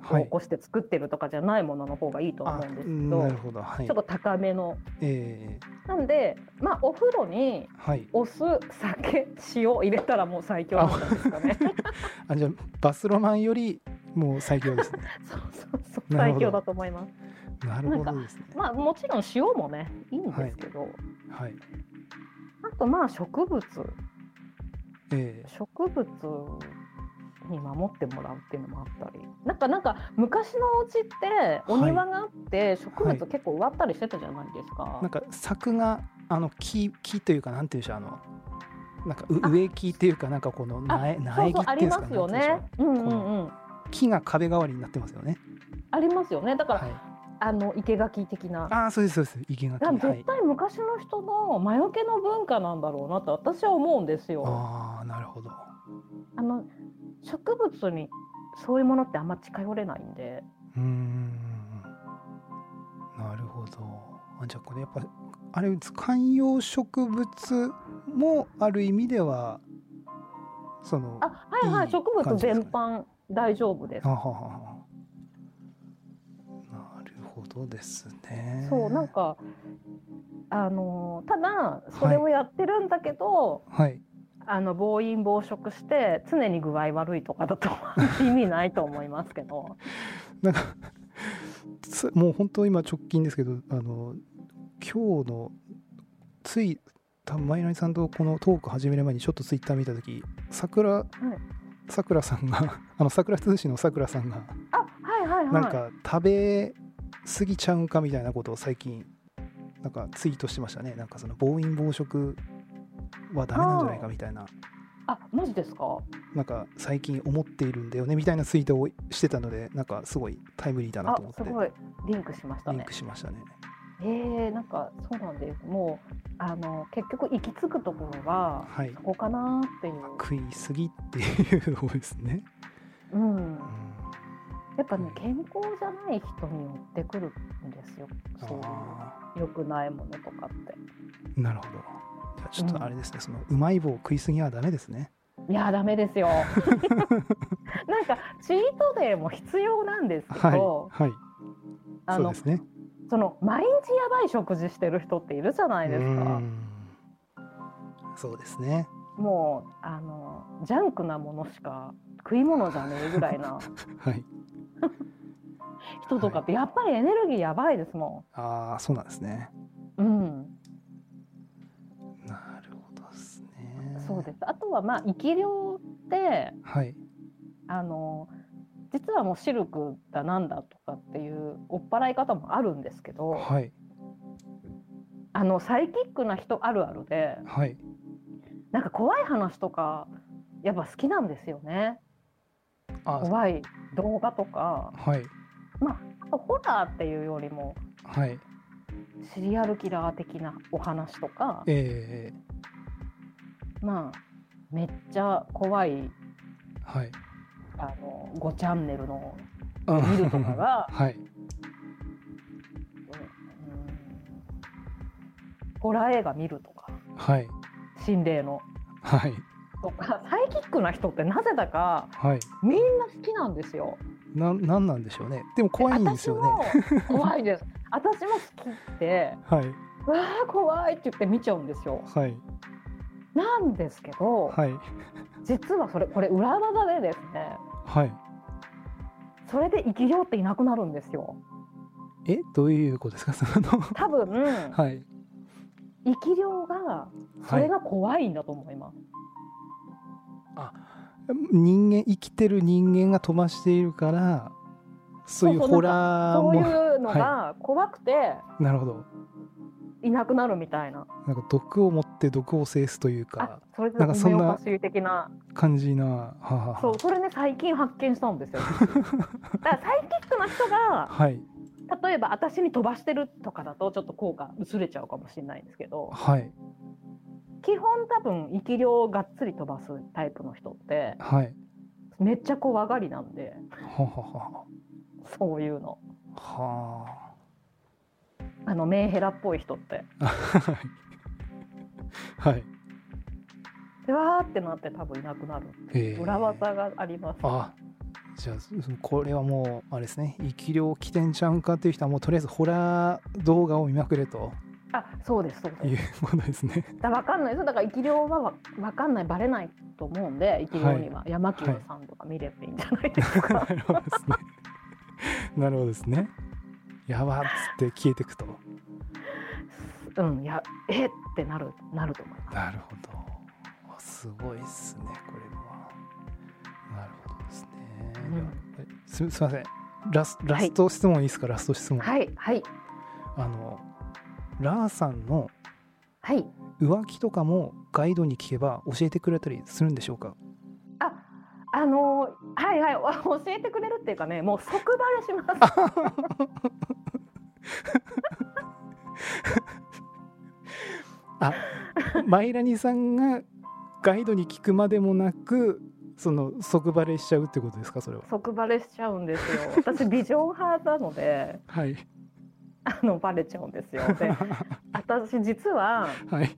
Speaker 1: はい
Speaker 2: 起こして作ってるとかじゃないものの方がいいと
Speaker 1: あ
Speaker 2: 思うんですけど、
Speaker 1: なるほどはい
Speaker 2: ちょっと高めの
Speaker 1: え
Speaker 2: なんでまあお風呂
Speaker 1: ー、
Speaker 2: に
Speaker 1: はい
Speaker 2: お酢酒塩入れたらもう最強なんですかね
Speaker 1: あじゃあバスロマンよりもう最強 ですね
Speaker 2: そうそうそう
Speaker 1: なる
Speaker 2: 最
Speaker 1: ほど
Speaker 2: 強だと思います
Speaker 1: なるほどですね
Speaker 2: まあもちろん塩もねいいんですけど、
Speaker 1: はい
Speaker 2: とまあ植物
Speaker 1: え
Speaker 2: 植物に守ってもらうっていうのもあったりなんかなんか昔のお家ってお庭があって植
Speaker 1: はい
Speaker 2: 物結構植わったりしてたじゃないですか。
Speaker 1: えなんか柵があの木木というかなんていうんでしょうあのなんかう
Speaker 2: あ
Speaker 1: 植木っていうかなんかこの
Speaker 2: あ
Speaker 1: 苗
Speaker 2: そ
Speaker 1: 苗木
Speaker 2: うそう
Speaker 1: っ
Speaker 2: あ
Speaker 1: てい
Speaker 2: り
Speaker 1: うんですか
Speaker 2: ますよ
Speaker 1: なん
Speaker 2: ね
Speaker 1: て。
Speaker 2: う
Speaker 1: いうんんでしょ
Speaker 2: う
Speaker 1: うこの
Speaker 2: んうん。
Speaker 1: 木が壁代わりになってますよね。
Speaker 2: ありますよね。だから、
Speaker 1: はい、
Speaker 2: あの生垣的な。
Speaker 1: ああそうですそうです生垣
Speaker 2: だから
Speaker 1: は
Speaker 2: 絶
Speaker 1: い。
Speaker 2: 対昔の人の魔除けの文化なんだろうなと私は思うんですよ。あ
Speaker 1: ああなるほど。
Speaker 2: の植物にそういうものってあんま近寄れないんで。
Speaker 1: うーんなるほどあじゃあこれやっぱあれ観葉植物もある意味ではその
Speaker 2: あはいはい
Speaker 1: いい
Speaker 2: 植物
Speaker 1: 感じですか
Speaker 2: 全
Speaker 1: ね
Speaker 2: 般大丈夫です
Speaker 1: あ。はははなるほどですね
Speaker 2: そうなんかあのーただそれをやってるんだけど、
Speaker 1: はい
Speaker 2: あの暴飲暴食して常に具合悪いとかだと 意味ないと思いますけど
Speaker 1: なんかつもう本当今直近ですけどあの今日のつい多分マイナリさんとこのトーク始める前にちょっとツイッター見た時桜さくらさんがあの桜通信のさくらさんが
Speaker 2: あはいはいはい
Speaker 1: なんか食べ過ぎちゃうんかみたいなことを最近なんかツイートしてましたねなんかその暴飲暴食はダメなんじゃないかみたいな
Speaker 2: あマジですか
Speaker 1: なんか最近思っているんだよねみたいなツイートをしてたのでなんかすごいタイムリーだな
Speaker 2: あ
Speaker 1: と思って
Speaker 2: すごいリンクしました
Speaker 1: リン
Speaker 2: ね
Speaker 1: クしましたね
Speaker 2: えー、なんかそうなんですもうあの結局行き着くところが
Speaker 1: はい
Speaker 2: ここかなっていう、
Speaker 1: 食い過ぎっていうのですね、
Speaker 2: うん
Speaker 1: う、ん
Speaker 2: やっぱね健康じゃない人によってくるんですよそういう
Speaker 1: あ
Speaker 2: 良くないものとかって。
Speaker 1: ーなるほどじゃあちょっとあれですね、そのうまい棒を食い過ぎはダメですね
Speaker 2: いやダメで すよ。なんかチートデーも必要なんですけ
Speaker 1: はい
Speaker 2: ど、
Speaker 1: はい
Speaker 2: あ
Speaker 1: そう
Speaker 2: の
Speaker 1: で
Speaker 2: そ
Speaker 1: すね
Speaker 2: の毎日やばい食事してる人っているじゃないです
Speaker 1: うー
Speaker 2: か。
Speaker 1: んそうですね。
Speaker 2: もうあのジャンクなものしか食い物じゃねえぐらいな
Speaker 1: はい。
Speaker 2: 人とかってやっぱりエネルギーやばいですも
Speaker 1: ああ、そうなんですね。
Speaker 2: ん。うん、
Speaker 1: なるほどですね。
Speaker 2: そうです。あとはまあ生き量って
Speaker 1: はい。
Speaker 2: あの実はもうシルクだなんだとかっていう追っ払い方もあるんですけど、
Speaker 1: はい。
Speaker 2: あのサイキックな人あるあるで。
Speaker 1: はい。
Speaker 2: なんか怖い話とかやっぱ好きなんですよね
Speaker 1: あー
Speaker 2: 怖い動画とか
Speaker 1: はい。
Speaker 2: ホラーっていうよりも
Speaker 1: はい。
Speaker 2: シリアルキラー的なお話とか
Speaker 1: ええ
Speaker 2: まあめっちゃ怖い
Speaker 1: はい。
Speaker 2: あの5チャンネルの
Speaker 1: あ
Speaker 2: 見るとか が
Speaker 1: はい。
Speaker 2: うんホラー映画見るとか
Speaker 1: はい。
Speaker 2: 心霊の
Speaker 1: はい。
Speaker 2: とかサイキックな人ってなぜだか
Speaker 1: はい。
Speaker 2: みんな好きなんですよ。
Speaker 1: なん、なんなんでしょうね。でも怖いんですよね。
Speaker 2: 私も怖いです。私も好きって
Speaker 1: はい。
Speaker 2: わあ怖いって言って見ちゃうんですよ
Speaker 1: はい。
Speaker 2: なんですけど、
Speaker 1: はい。
Speaker 2: 実はそれこれ裏技でですね
Speaker 1: はい。
Speaker 2: それで生き量っていなくなるんですよ
Speaker 1: え、どういうことですか。そ の。
Speaker 2: 多分、
Speaker 1: はい。
Speaker 2: 生き量がそ
Speaker 1: はい
Speaker 2: れ。が怖いんだと思います、
Speaker 1: 人間、生きてる人間が飛ばしているから。そういう
Speaker 2: そうそ
Speaker 1: ホ
Speaker 2: う
Speaker 1: ラー
Speaker 2: そうい
Speaker 1: も。
Speaker 2: うのが怖くて
Speaker 1: なるほど。
Speaker 2: いなくなるみたいな、
Speaker 1: なんか毒を持って毒を制すという
Speaker 2: あ
Speaker 1: か
Speaker 2: それで
Speaker 1: なんかそん
Speaker 2: オ
Speaker 1: な
Speaker 2: メオパシー的な
Speaker 1: 感じなはあはあ
Speaker 2: そうそれね最近発見した んですよだからサイキックな人が
Speaker 1: はい
Speaker 2: 例えば私に飛ばしてるとかだとちょっと効果薄れちゃうかもしれないんですけど
Speaker 1: はい
Speaker 2: 基本多分生き量をがっつり飛ばすタイプの人って
Speaker 1: はい
Speaker 2: めっちゃ怖がりなんで
Speaker 1: はあは
Speaker 2: そういうの
Speaker 1: あは
Speaker 2: あのメンヘラっぽい人って
Speaker 1: あ はあはい
Speaker 2: でわーってなって多分いなくなる
Speaker 1: へえ
Speaker 2: 裏技があります、
Speaker 1: あじゃあそこれはもうあれですね生き量起点ちゃうんかっていう人はもうとりあえずホラー動画を見まくれと
Speaker 2: あそうですそう
Speaker 1: い
Speaker 2: で
Speaker 1: う
Speaker 2: す
Speaker 1: ことです ね
Speaker 2: だから分かんないですだから生き量はわ分かんないバレないと思うんで生き量には山木さんとか見ればいいんじゃないですか、
Speaker 1: なるほどですねなるほどですねやばっつって消えてくと
Speaker 2: うんいやえってなるなると思います。
Speaker 1: なるほど。あすごいっすね、これは。なるほどですね。
Speaker 2: うん
Speaker 1: いやえすすみません。ラスラ
Speaker 2: はい
Speaker 1: スト質問いいですか、ラスト質問。
Speaker 2: はいはい
Speaker 1: あの、ラーさんの
Speaker 2: はい。
Speaker 1: 浮気とかもガイドに聞けば教えてくれたりするんでしょうか
Speaker 2: ああのーはいはいわ 教えてくれるっていうかねもう即バレします。
Speaker 1: マイラニさんがガイドに聞くまでもなく、その即バレしちゃうってことですか、それは。
Speaker 2: 即バレしちゃうんですよ。私ビジョン派なので
Speaker 1: はい。
Speaker 2: あのバレちゃうんですよ。で私実は
Speaker 1: はい。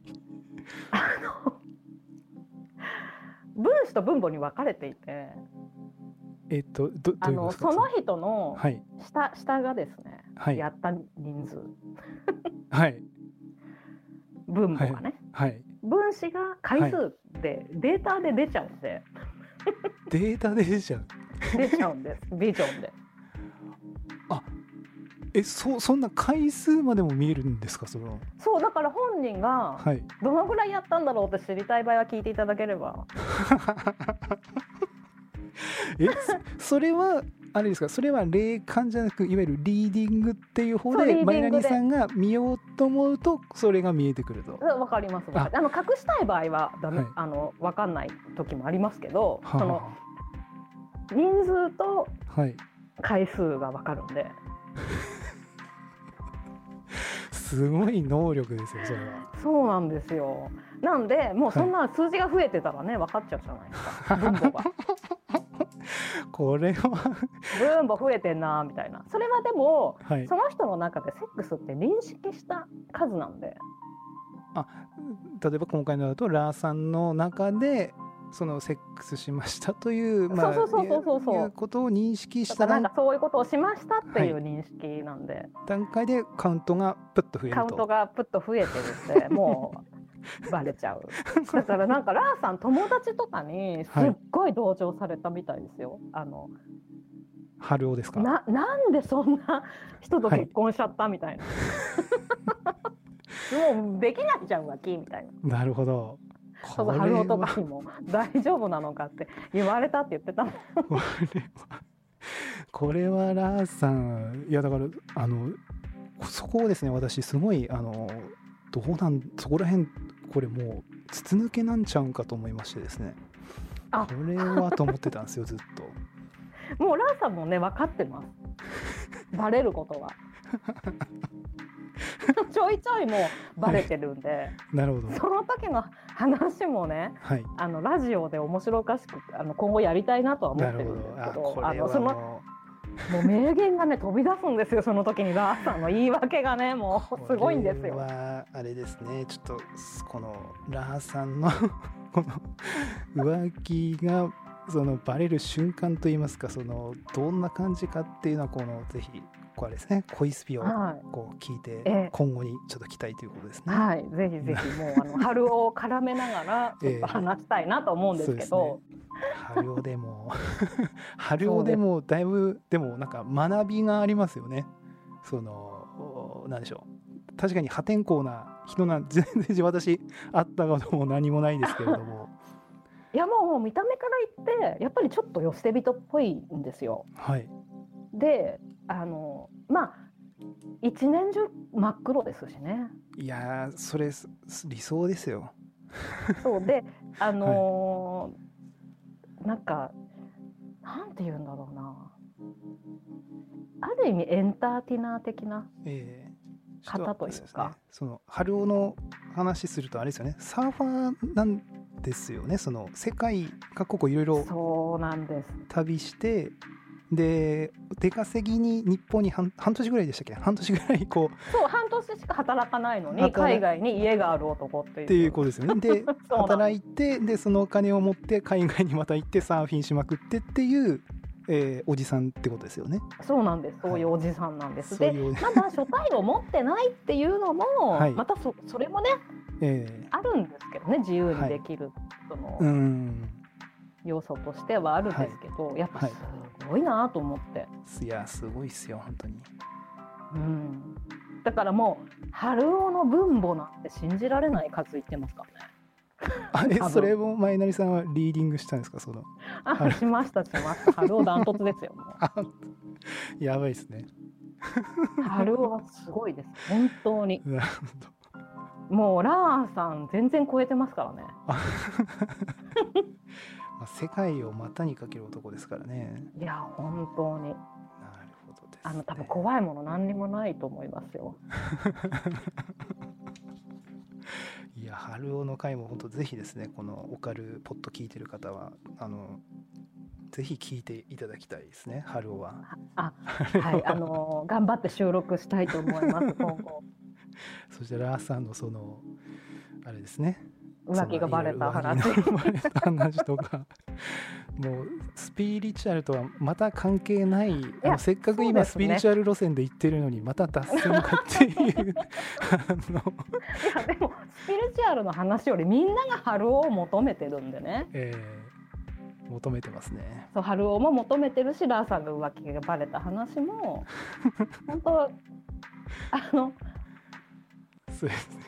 Speaker 2: 分子と分母に分かれていて
Speaker 1: えっと、ど、ど
Speaker 2: あ
Speaker 1: ういうこと
Speaker 2: の
Speaker 1: ですか
Speaker 2: その人の
Speaker 1: はい。
Speaker 2: 下下がですね、
Speaker 1: はい
Speaker 2: や。った人数
Speaker 1: はい。
Speaker 2: 分母がね、
Speaker 1: はい。
Speaker 2: 分子が回数で、データで出ちゃうんで
Speaker 1: データでじゃん。
Speaker 2: 出ちゃう んですビジョンで。
Speaker 1: え、そ、そんな回数までも見えるんですか、その。
Speaker 2: そうだから本人が
Speaker 1: はい。
Speaker 2: どのぐらいやったんだろうって知りたい場合は聞いていただければ
Speaker 1: え、そそれは、あれですか、それは霊感じゃなく、いわゆるリーディングっていう方
Speaker 2: そうリ
Speaker 1: で、
Speaker 2: ーディング
Speaker 1: マ
Speaker 2: で
Speaker 1: イナニさんが見ようと思うと、それが見えてくると。
Speaker 2: うんわかりますわかりあの隠したい場合はダメ、
Speaker 1: はい
Speaker 2: あのわかんない時もありますけど、
Speaker 1: は
Speaker 2: そ
Speaker 1: あ
Speaker 2: の人数と
Speaker 1: はい。
Speaker 2: 回数がわかるんで。
Speaker 1: すごい能力ですよ、それは。
Speaker 2: そうなんですよ。なんで、もうそんな数字が増えてたらね、分かっちゃうじゃないですか。分 母が。
Speaker 1: これは。
Speaker 2: 分母増えてんなみたいな。それはでも、
Speaker 1: はい
Speaker 2: そ。の人の中でセックスって認識した数なんで。
Speaker 1: 例えば、今回のだと、ラーさんの中で。そのセックスしましたという、まあ、
Speaker 2: そうそうそうそうそう
Speaker 1: いうことを認識し
Speaker 2: だ
Speaker 1: た
Speaker 2: かららなんかそういうことをしましたっていう認識なんで、
Speaker 1: 段階でカウントがプッと増える
Speaker 2: カウント
Speaker 1: と。
Speaker 2: がプッと増えてる って、もうバレちゃう。だからなんかラーさん友達とかにすっごい同情されたみたいですよ。あの
Speaker 1: 春尾ですか。
Speaker 2: ななんでそんな人と結婚しちゃったみたい な、もうできないじゃん浮気みたいな
Speaker 1: なるほど。
Speaker 2: そ
Speaker 1: こ
Speaker 2: の
Speaker 1: れ
Speaker 2: 春
Speaker 1: は
Speaker 2: 男とかにも大丈夫なのかって言われたって言ってたの
Speaker 1: これは これはラーさんいやだからあのそこをですね私すごいあのどうなんそこら辺これもう筒抜けなんちゃうんかと思いましてですね
Speaker 2: あ
Speaker 1: これはと思ってたんですよずっと。
Speaker 2: もうラーさんもね分かって ますバレることはちょいちょいもうバレてるんで
Speaker 1: なるほど。
Speaker 2: その時の話もね
Speaker 1: はい。
Speaker 2: あのラジオで面白おかしくあの今後やりたいなとは 思
Speaker 1: な
Speaker 2: って
Speaker 1: る
Speaker 2: る
Speaker 1: ほ
Speaker 2: ん
Speaker 1: ど。
Speaker 2: です
Speaker 1: あ
Speaker 2: けど
Speaker 1: こ
Speaker 2: あ
Speaker 1: れ
Speaker 2: のそ
Speaker 1: は
Speaker 2: の
Speaker 1: も
Speaker 2: もう名言がね飛び出すんですよその時にラーさんの言い訳がねも
Speaker 1: う
Speaker 2: うすごいんです
Speaker 1: これ
Speaker 2: よ。
Speaker 1: はあれですねちょっとこのラーさんの この浮気がそのバレる瞬間といいますかそのどんな感じかっていうのはこのぜひこれですね恋スピを
Speaker 2: は
Speaker 1: こう聞いて、
Speaker 2: ええ
Speaker 1: 今後にちょっと期待ということです
Speaker 2: い、
Speaker 1: ね。
Speaker 2: はい、ぜひぜひもうあの春を絡めながらちょっと話したいなと思うんですけど、
Speaker 1: 春尾で も春尾でもだいぶでもなんか学びがありますよねそのなんでしょう確かに破天荒な人なん 全然私あったことも何もないですけれども
Speaker 2: いやもう見た目から言ってやっぱりちょっと寄せ人っぽいんですよ。
Speaker 1: はい
Speaker 2: であのまあ一年中真っ黒ですしね。
Speaker 1: いやーそれす理想ですよ
Speaker 2: そう であのーなんかなんて言うんだろうなある意味エンターテイナー的な。
Speaker 1: ええ
Speaker 2: 方というか
Speaker 1: ちょっそうですねその春尾の話するとあれですよねサーファーなんですよねその世界各国いろいろ
Speaker 2: そうなんです。
Speaker 1: 旅してで出稼ぎに日本に半半年ぐらいでしたっけ半年ぐらいこう
Speaker 2: そう半年しか働かないのに
Speaker 1: 働かない
Speaker 2: 海外に家がある男っていう。
Speaker 1: っていうことですよねで
Speaker 2: そうなん
Speaker 1: 働いてでそのお金を持って海外にまた行ってサーフィンしまくってっていう、えーおじさんってことですよね。
Speaker 2: そうなんです。そういうおじさんなんで
Speaker 1: そ
Speaker 2: す。
Speaker 1: う
Speaker 2: で
Speaker 1: いう、
Speaker 2: まだ初対を持ってないっていうのも、
Speaker 1: はい
Speaker 2: またそそれもね
Speaker 1: え
Speaker 2: あるんですけどね自由
Speaker 1: は
Speaker 2: に
Speaker 1: い
Speaker 2: できる、その
Speaker 1: ーうん
Speaker 2: 要素としてはあるんですけど、やっぱすごいなと思って。
Speaker 1: いやすごいっすよ本当に。
Speaker 2: うん。だからもう春男の分母なんて信じられない数言ってますからね。
Speaker 1: あれ
Speaker 2: 多分
Speaker 1: それもマイナリさんはリーディングしたんですかその
Speaker 2: あ
Speaker 1: 春
Speaker 2: しましたしました。春男ダントツですよ。も
Speaker 1: あ やばいですね
Speaker 2: う春男はすご いです。本当に
Speaker 1: なるほど
Speaker 2: もうラーさん全然超えてますからね。
Speaker 1: あまあ世界を股にかける男ですからね
Speaker 2: いや本当
Speaker 1: な
Speaker 2: に
Speaker 1: るほどです、ね、
Speaker 2: あの多分怖いもの何にもないと思いますよ。
Speaker 1: いや春尾の回も本当ぜひですねこのオカルポッド聞いてる方はあのぜひ聞いていただきたいですね春尾は
Speaker 2: あ
Speaker 1: 春
Speaker 2: は
Speaker 1: 尾
Speaker 2: いあの頑張って収録したいと思い ます。今後
Speaker 1: そしてラーさんのそのあれですね
Speaker 2: 浮気がバレた話。
Speaker 1: そのいろいろ浮気のバレた話と かもうスピリチュアルとはまた関係ないあのせっかく今、ス
Speaker 2: そうですね
Speaker 1: ピリチュアル路線で行ってるのにまた脱線かっていう あの、
Speaker 2: いやでもスピリチュアルの話よりみんなが春男を求めてるんでね
Speaker 1: えー求めてますね
Speaker 2: そう春男も求めてるしラーさんが浮気がバレた 話も本当はあの
Speaker 1: そうですね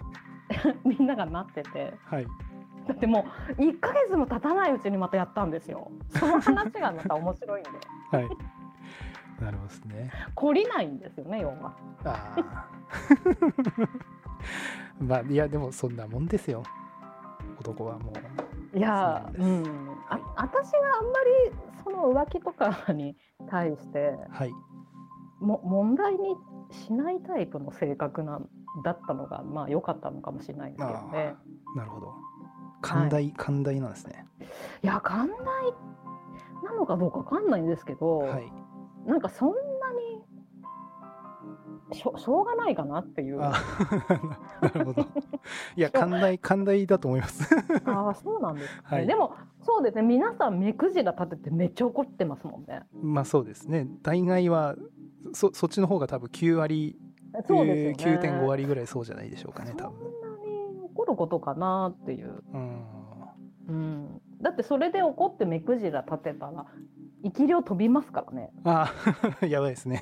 Speaker 2: みんなが待ってて
Speaker 1: はい
Speaker 2: だってもう1ヶ月も経たないうちにまたやったんですよその話がまた面白いんで
Speaker 1: はいなるほどですね
Speaker 2: 懲りないんですよね要は
Speaker 1: ああ まあいやでもそんなもんですよ男はもう
Speaker 2: いや
Speaker 1: そう
Speaker 2: う
Speaker 1: なん
Speaker 2: ん
Speaker 1: です
Speaker 2: あ私はあんまりその浮気とかに対して
Speaker 1: はい
Speaker 2: も問題にしないタイプの性格なんだったのがまあ良かったのかもしれないですけど
Speaker 1: あ
Speaker 2: ね。
Speaker 1: あなるほど寛大、寛大なんですね
Speaker 2: いや寛大なのかどうかわかんないんですけど、
Speaker 1: はい
Speaker 2: なんかそんなにしょしょうがないかなっていうあ
Speaker 1: あ なるほどいや寛大寛大だと思います
Speaker 2: あそうなんですね、
Speaker 1: はい
Speaker 2: でもそうですね皆さん目くじら立ててめっちゃ怒ってますもんね。
Speaker 1: まあそうですね大概はそそっちの方が多分9割、
Speaker 2: そうですよね
Speaker 1: えー9.5割ぐらいそうじゃないでしょうかね多分
Speaker 2: そんなに怒ることかなっていう、
Speaker 1: うん
Speaker 2: うん、だってそれで怒って目くじら立てたら生き量飛びますからね
Speaker 1: あ あやばいですね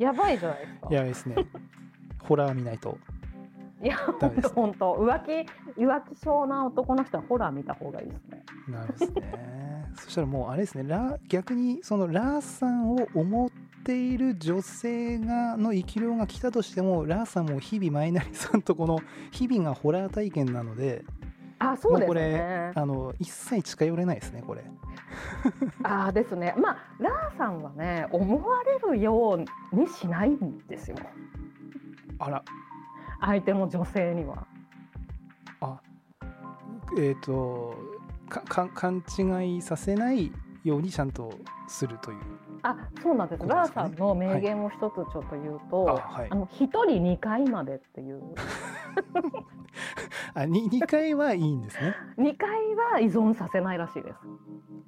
Speaker 2: やばいじゃないですか。
Speaker 1: やばいですねホラー見ないと
Speaker 2: いや、
Speaker 1: ダ
Speaker 2: 本
Speaker 1: メですね
Speaker 2: 当 本当浮気浮気性な男の人はホラー見た方がいいですね。
Speaker 1: なるですね。そしたらもうあれですね、ラ逆にそのラーさんを思っている女性がの生き量が来たとしても、ラーさんも日々マイナリさんとこの 日々がホラー体験なので、
Speaker 2: あ、そう
Speaker 1: も
Speaker 2: で
Speaker 1: うこ
Speaker 2: す
Speaker 1: れ
Speaker 2: ね。
Speaker 1: あの一切近寄れないですね、これ。
Speaker 2: あ、ですね。まあラーさんはね、思われるようにしないんですよ。
Speaker 1: あら、
Speaker 2: 相手の女性には。
Speaker 1: あ、えっ、とかか勘違いさせないようにちゃんとするという。
Speaker 2: あ、そうなんです。
Speaker 1: そうで
Speaker 2: ラ
Speaker 1: す
Speaker 2: ー
Speaker 1: か
Speaker 2: さ
Speaker 1: ね
Speaker 2: んの名言を一つちょっと言うと、
Speaker 1: あ、はい
Speaker 2: あ。の一人二回までっていう。
Speaker 1: あ、に二回はいいんですね。
Speaker 2: 二回は依存させないらしいです。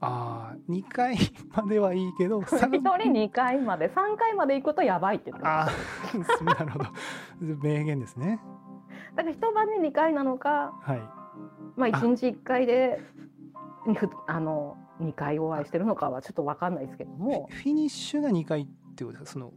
Speaker 1: ああ、二回まではいいけ ど、
Speaker 2: 一
Speaker 1: 三
Speaker 2: 人二回まで、三回まで行くとやばいって言ってます
Speaker 1: あ あ、なるほど。名言ですね。
Speaker 2: だから一晩に二回なのか、
Speaker 1: はい。
Speaker 2: まあ一
Speaker 1: あ
Speaker 2: 日一回でにふあの二回お会いしてるのかはちょっとわかんないですけども、
Speaker 1: フィニッシュが2回ってことですかその、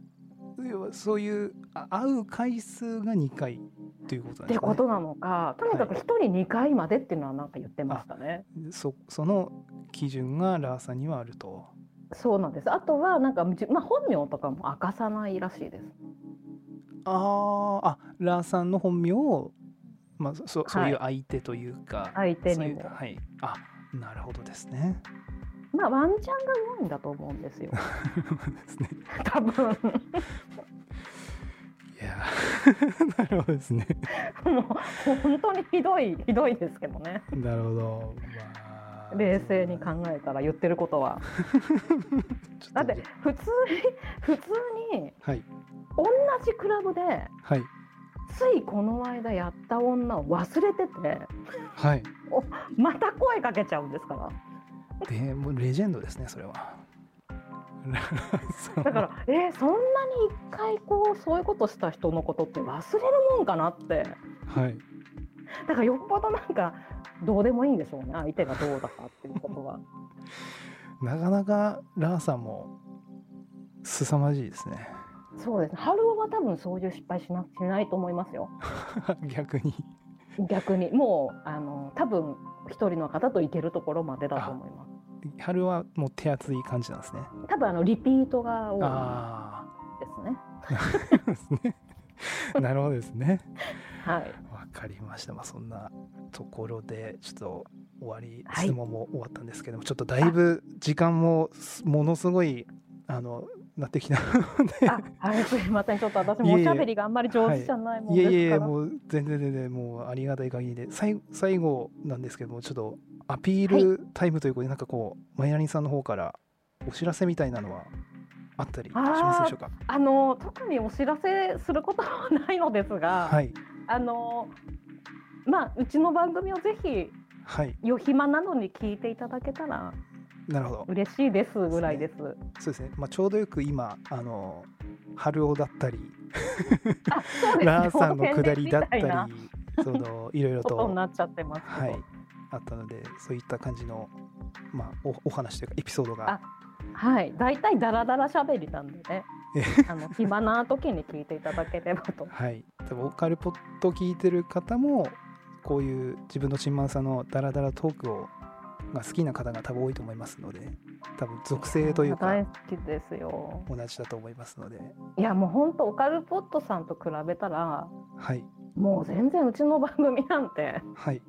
Speaker 1: 要はそういう、あ会う回数が2回っていうことなんで
Speaker 2: って
Speaker 1: すか、
Speaker 2: こ
Speaker 1: ね
Speaker 2: となのか、とにかく一人二回までっていうのはなんか言ってましたね。
Speaker 1: そ。その基準がラーさんにはあると。
Speaker 2: そうなんです。あとはなんかじまあ本名とかも明かさないらしいです。
Speaker 1: あーあ、ラーさんの本名を、まあ、そそういう相手というか、
Speaker 2: 相手に
Speaker 1: そういう
Speaker 2: も。
Speaker 1: はい。あなるほどですね。
Speaker 2: まあワンチャンが多いんだと思うんですよ。
Speaker 1: ですね
Speaker 2: 多分
Speaker 1: いやー なるほどですね。
Speaker 2: もう本当にひどいひどいですけどね。
Speaker 1: なるほど。まあ
Speaker 2: 冷静に考えたら言ってることは。
Speaker 1: ちょ
Speaker 2: だ
Speaker 1: っ
Speaker 2: っ
Speaker 1: と
Speaker 2: て普通に普通に
Speaker 1: はい。
Speaker 2: 同じクラブで。
Speaker 1: はい。
Speaker 2: ついこの間やった女を忘れてて
Speaker 1: はい。
Speaker 2: また声かけちゃうんですから
Speaker 1: でもうレジェンドですねそれ は。ララさん
Speaker 2: だからえーそんなに一回こうそういうことした人のことって忘れるもんかなって
Speaker 1: はい
Speaker 2: だからよっぽどなんかどうでもいいんでしょうね相手がどうだかっていうことは
Speaker 1: なかなかラーさんも凄まじいですね。
Speaker 2: そうですね春尾は多分そういう失敗しなしないと思いますよ
Speaker 1: 逆に
Speaker 2: 逆にもうあの多分一人の方と行けるところまでだと思います
Speaker 1: 春はもう手厚い感じなんですね。
Speaker 2: 多分あのリピートが多
Speaker 1: あ
Speaker 2: いですね
Speaker 1: あーですね。 なるほどですね。
Speaker 2: はい
Speaker 1: わかりました。まあそんなところでちょっと終わり
Speaker 2: はい
Speaker 1: 質問も終わったんですけども、ちょっとだいぶ時間もすものすごいあのなってきたの で。
Speaker 2: ああれすいませんちょっと私
Speaker 1: いえい
Speaker 2: も
Speaker 1: え
Speaker 2: おしゃべりがあんまり上手じゃないもん
Speaker 1: い
Speaker 2: です
Speaker 1: や
Speaker 2: から
Speaker 1: いやいやもう全然全然もうありがたい限りで最最後なんですけどもちょっとアピールタイムということで、なんかこうマイナリンさんの方からお知らせみたいなのはあったりしますでしょうか
Speaker 2: あの特にお知らせすることはないのですが、
Speaker 1: はい
Speaker 2: あのまあうちの番組をぜひ
Speaker 1: はい
Speaker 2: 夜暇なのに聞いていただけたら
Speaker 1: なるほど
Speaker 2: 嬉しいですぐらいです。
Speaker 1: そうですね、まあ、ちょうどよく今あの春雄だったり
Speaker 2: あ、そうですね
Speaker 1: ラーさんの下りだったり
Speaker 2: 本当に天然みたいな
Speaker 1: そのいろい ろ
Speaker 2: ことに
Speaker 1: と
Speaker 2: なっちゃってますけど。
Speaker 1: はいあったのでそういった感じのまあおお話というかエピソードが
Speaker 2: あはい、だいたいダラダラ喋りなんでね
Speaker 1: え。
Speaker 2: あの暇な時に聞いていただければと。
Speaker 1: はい、多分オカルポッド聞いてる方もこういう自分のチンマンさんのダラダラトークをが好きな方が多分多いと思いますので多分属性という
Speaker 2: 大
Speaker 1: か
Speaker 2: 好きですよ。
Speaker 1: 同じだと思いますので
Speaker 2: いやもう本当オカルポットさんと比べたら、
Speaker 1: はい
Speaker 2: もう全然うちの番組なんて
Speaker 1: はい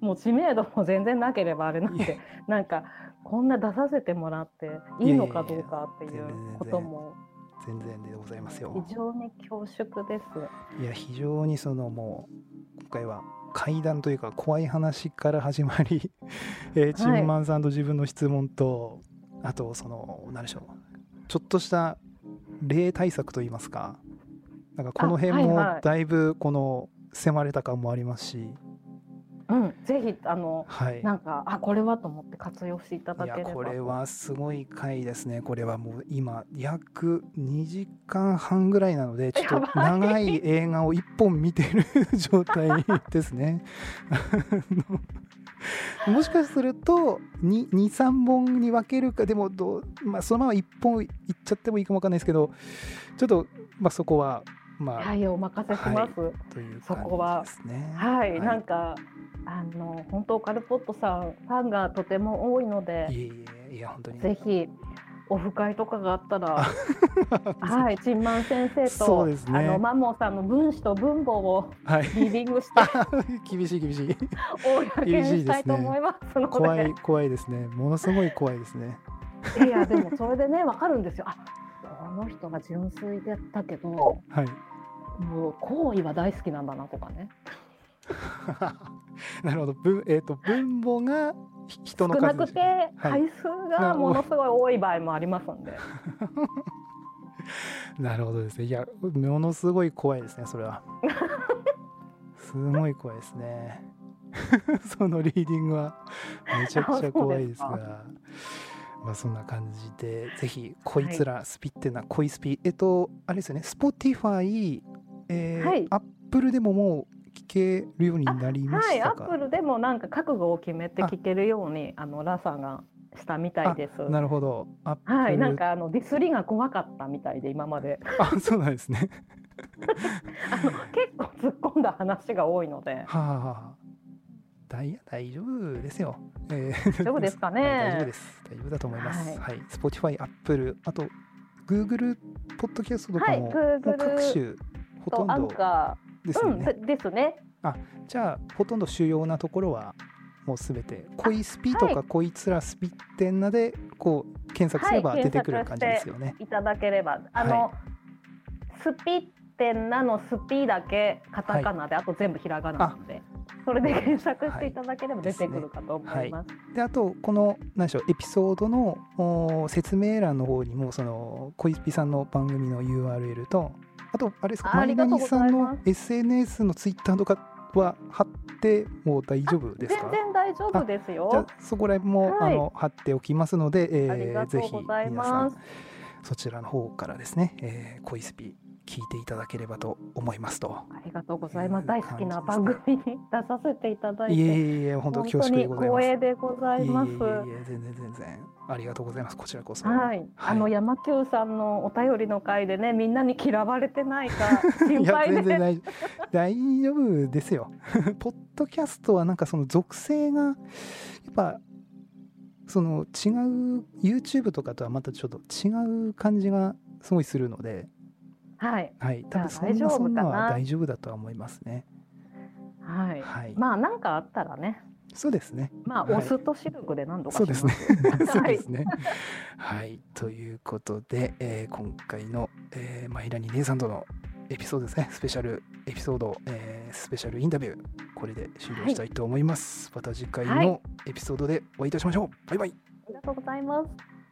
Speaker 2: もう知名度も全然なければあれなん
Speaker 1: いえ
Speaker 2: てなんかこんな出させてもらっていいのかどうかってい
Speaker 1: いやいやいや全然全然
Speaker 2: うことも
Speaker 1: 全然でございます
Speaker 2: 非
Speaker 1: よ
Speaker 2: 常に恐縮です。
Speaker 1: いや非常にそのもう今回は怪談というか怖い話から始まり、 えーチンマンさんと自分の質問と、あとその何でしょうちょっとした霊対策といいますかなんかこの辺
Speaker 2: あはい
Speaker 1: も
Speaker 2: はい
Speaker 1: だいぶこの迫れた感もありますし
Speaker 2: うん、ぜひあの
Speaker 1: はい、
Speaker 2: なんかあこれはと思って活用していただ
Speaker 1: いや
Speaker 2: ければ。
Speaker 1: これはすごい回ですねこれはもう今約2時間半ぐらいなのでちょっと
Speaker 2: やばい
Speaker 1: 長い映画を1本見てる状態ですね。あのもしかすると23本に分けるかでもどう、まあ、そのまま1本いっちゃってもいいかもわかんないですけどちょっと、まあ、そこはまあ、
Speaker 2: はいお任せします。はい、
Speaker 1: という
Speaker 2: そ
Speaker 1: 感
Speaker 2: こは
Speaker 1: じですね。はい
Speaker 2: なんかあの本当オカルポットさんファンがとても多いので。
Speaker 1: いえいえいや本当に
Speaker 2: ぜひオフ会とかがあったら、
Speaker 1: は、
Speaker 2: はいい、チンマン先生
Speaker 1: そう
Speaker 2: と、
Speaker 1: ですね
Speaker 2: あのマンモーさんの分子と分母をリーディングし て
Speaker 1: 厳しい厳しい。
Speaker 2: 公にしたいと思いますので、
Speaker 1: 怖い怖いですねものすごい怖いですね
Speaker 2: いやでもそれでねわかるんですよ。あ、この人が純粋だったけど、も
Speaker 1: はい
Speaker 2: う行為は大好きなんだなとかね。
Speaker 1: なるほど分えっ、と分母がひ人
Speaker 2: 少
Speaker 1: の
Speaker 2: な
Speaker 1: 数で
Speaker 2: く
Speaker 1: す
Speaker 2: て
Speaker 1: ねは
Speaker 2: 回
Speaker 1: い
Speaker 2: 数がものすごい多い場合もありますんで、
Speaker 1: なるほどですねいやものすごい怖いですねそれは すごい怖いですね そのリーディングはめちゃくちゃ怖いです
Speaker 2: あそう
Speaker 1: がまあそんな感じでぜひこいつらスピってな、こいスピえっとあれですよね Spotify えー
Speaker 2: はい
Speaker 1: アップルでももう聞けるようになりま
Speaker 2: は
Speaker 1: し
Speaker 2: い、ア
Speaker 1: た
Speaker 2: ッ
Speaker 1: か、
Speaker 2: プルでもなんか覚悟を決めて聞けるようにあのラさんがしたみたいです。
Speaker 1: なるほど。アップル
Speaker 2: はい、なんかあのディスりが怖かったみたいで今まで
Speaker 1: あ、そうなんですね。
Speaker 2: あの結構突っ込んだ話が多いの で
Speaker 1: はあ、はあ、大大丈夫ですよ。えー
Speaker 2: 大丈夫ですかね
Speaker 1: はい大丈夫です。大丈夫だと思います。
Speaker 2: はい
Speaker 1: はい。Spotify、Apple、あと Google ポッドキャストとか
Speaker 2: はい
Speaker 1: も、もう各
Speaker 2: Google
Speaker 1: 種ほと
Speaker 2: とア
Speaker 1: ん
Speaker 2: ン
Speaker 1: ど
Speaker 2: カ
Speaker 1: で
Speaker 2: ー
Speaker 1: す
Speaker 2: う
Speaker 1: よ
Speaker 2: ん
Speaker 1: ね。
Speaker 2: でですね
Speaker 1: じゃあほとんど主要なところはもうすべて「恋スピ」と
Speaker 2: は
Speaker 1: か「恋つらスピ」ってんなでこう検索すれば
Speaker 2: はい
Speaker 1: 出てくる感じですよね。
Speaker 2: いただければあの、スピってなのスピだけカタカナで、あと全部ひらがななのでそれで検索していただければ出てくるかと思います。
Speaker 1: であとこの何でしょうエピソードのおー説明欄の方にもその小泉さんの番組の URL とあとあれですか
Speaker 2: あ
Speaker 1: マ
Speaker 2: あ
Speaker 1: イ
Speaker 2: り
Speaker 1: ナ
Speaker 2: がとう
Speaker 1: ニ
Speaker 2: ござ
Speaker 1: さ
Speaker 2: い
Speaker 1: ん
Speaker 2: ま
Speaker 1: の
Speaker 2: す
Speaker 1: SNS のツイッターとかは貼っても大丈夫ですか
Speaker 2: 全然大丈夫です
Speaker 1: じゃ
Speaker 2: よ。
Speaker 1: あそこら辺も、
Speaker 2: はい
Speaker 1: あの貼っておきますので、えー
Speaker 2: ありがと
Speaker 1: ぜ
Speaker 2: う
Speaker 1: ひ
Speaker 2: ござい
Speaker 1: 皆さ
Speaker 2: ま
Speaker 1: ん
Speaker 2: す。
Speaker 1: そちらの方からですね、えー、コイスピ聞いていただければと思いますと。
Speaker 2: ありがとうございます。大好きな番組に出させていただい
Speaker 1: いえい
Speaker 2: て。
Speaker 1: えいえ、本当
Speaker 2: 本
Speaker 1: 恐
Speaker 2: 当
Speaker 1: 縮で
Speaker 2: に
Speaker 1: ございます。
Speaker 2: 光栄でございます。
Speaker 1: ええええ全然全然ありがとうございますこちらこそ
Speaker 2: はいい、あの山久さんのお便りの回でね、みんなに嫌われてない か心
Speaker 1: や
Speaker 2: 配で
Speaker 1: 全。然大大丈夫ですよ ポッドキャストはなんかその属性がやっぱその違う YouTube とかとはまたちょっと違う感じがすごいするので
Speaker 2: はい、
Speaker 1: はい多分
Speaker 2: じ
Speaker 1: そ
Speaker 2: ゃあ
Speaker 1: んなそんなは大
Speaker 2: 大
Speaker 1: 丈夫だとは思いますね
Speaker 2: はい、
Speaker 1: はい
Speaker 2: まあ、なんかあったらね、
Speaker 1: そうですね
Speaker 2: まあ、
Speaker 1: はい
Speaker 2: お酢とシルクで何度かし
Speaker 1: そう
Speaker 2: ま。
Speaker 1: です すね。そう
Speaker 2: はい
Speaker 1: ですね。はい。ということで、えー今回の、えーマイラニ姉さんとのエピソードですね。スペシャルエピソード、えースペシャルインタビュー、これで終了したいと思います。また次回
Speaker 2: は
Speaker 1: の
Speaker 2: い
Speaker 1: エピソードでお会いいたしましょう。バイバイ。
Speaker 2: ありがとうございます。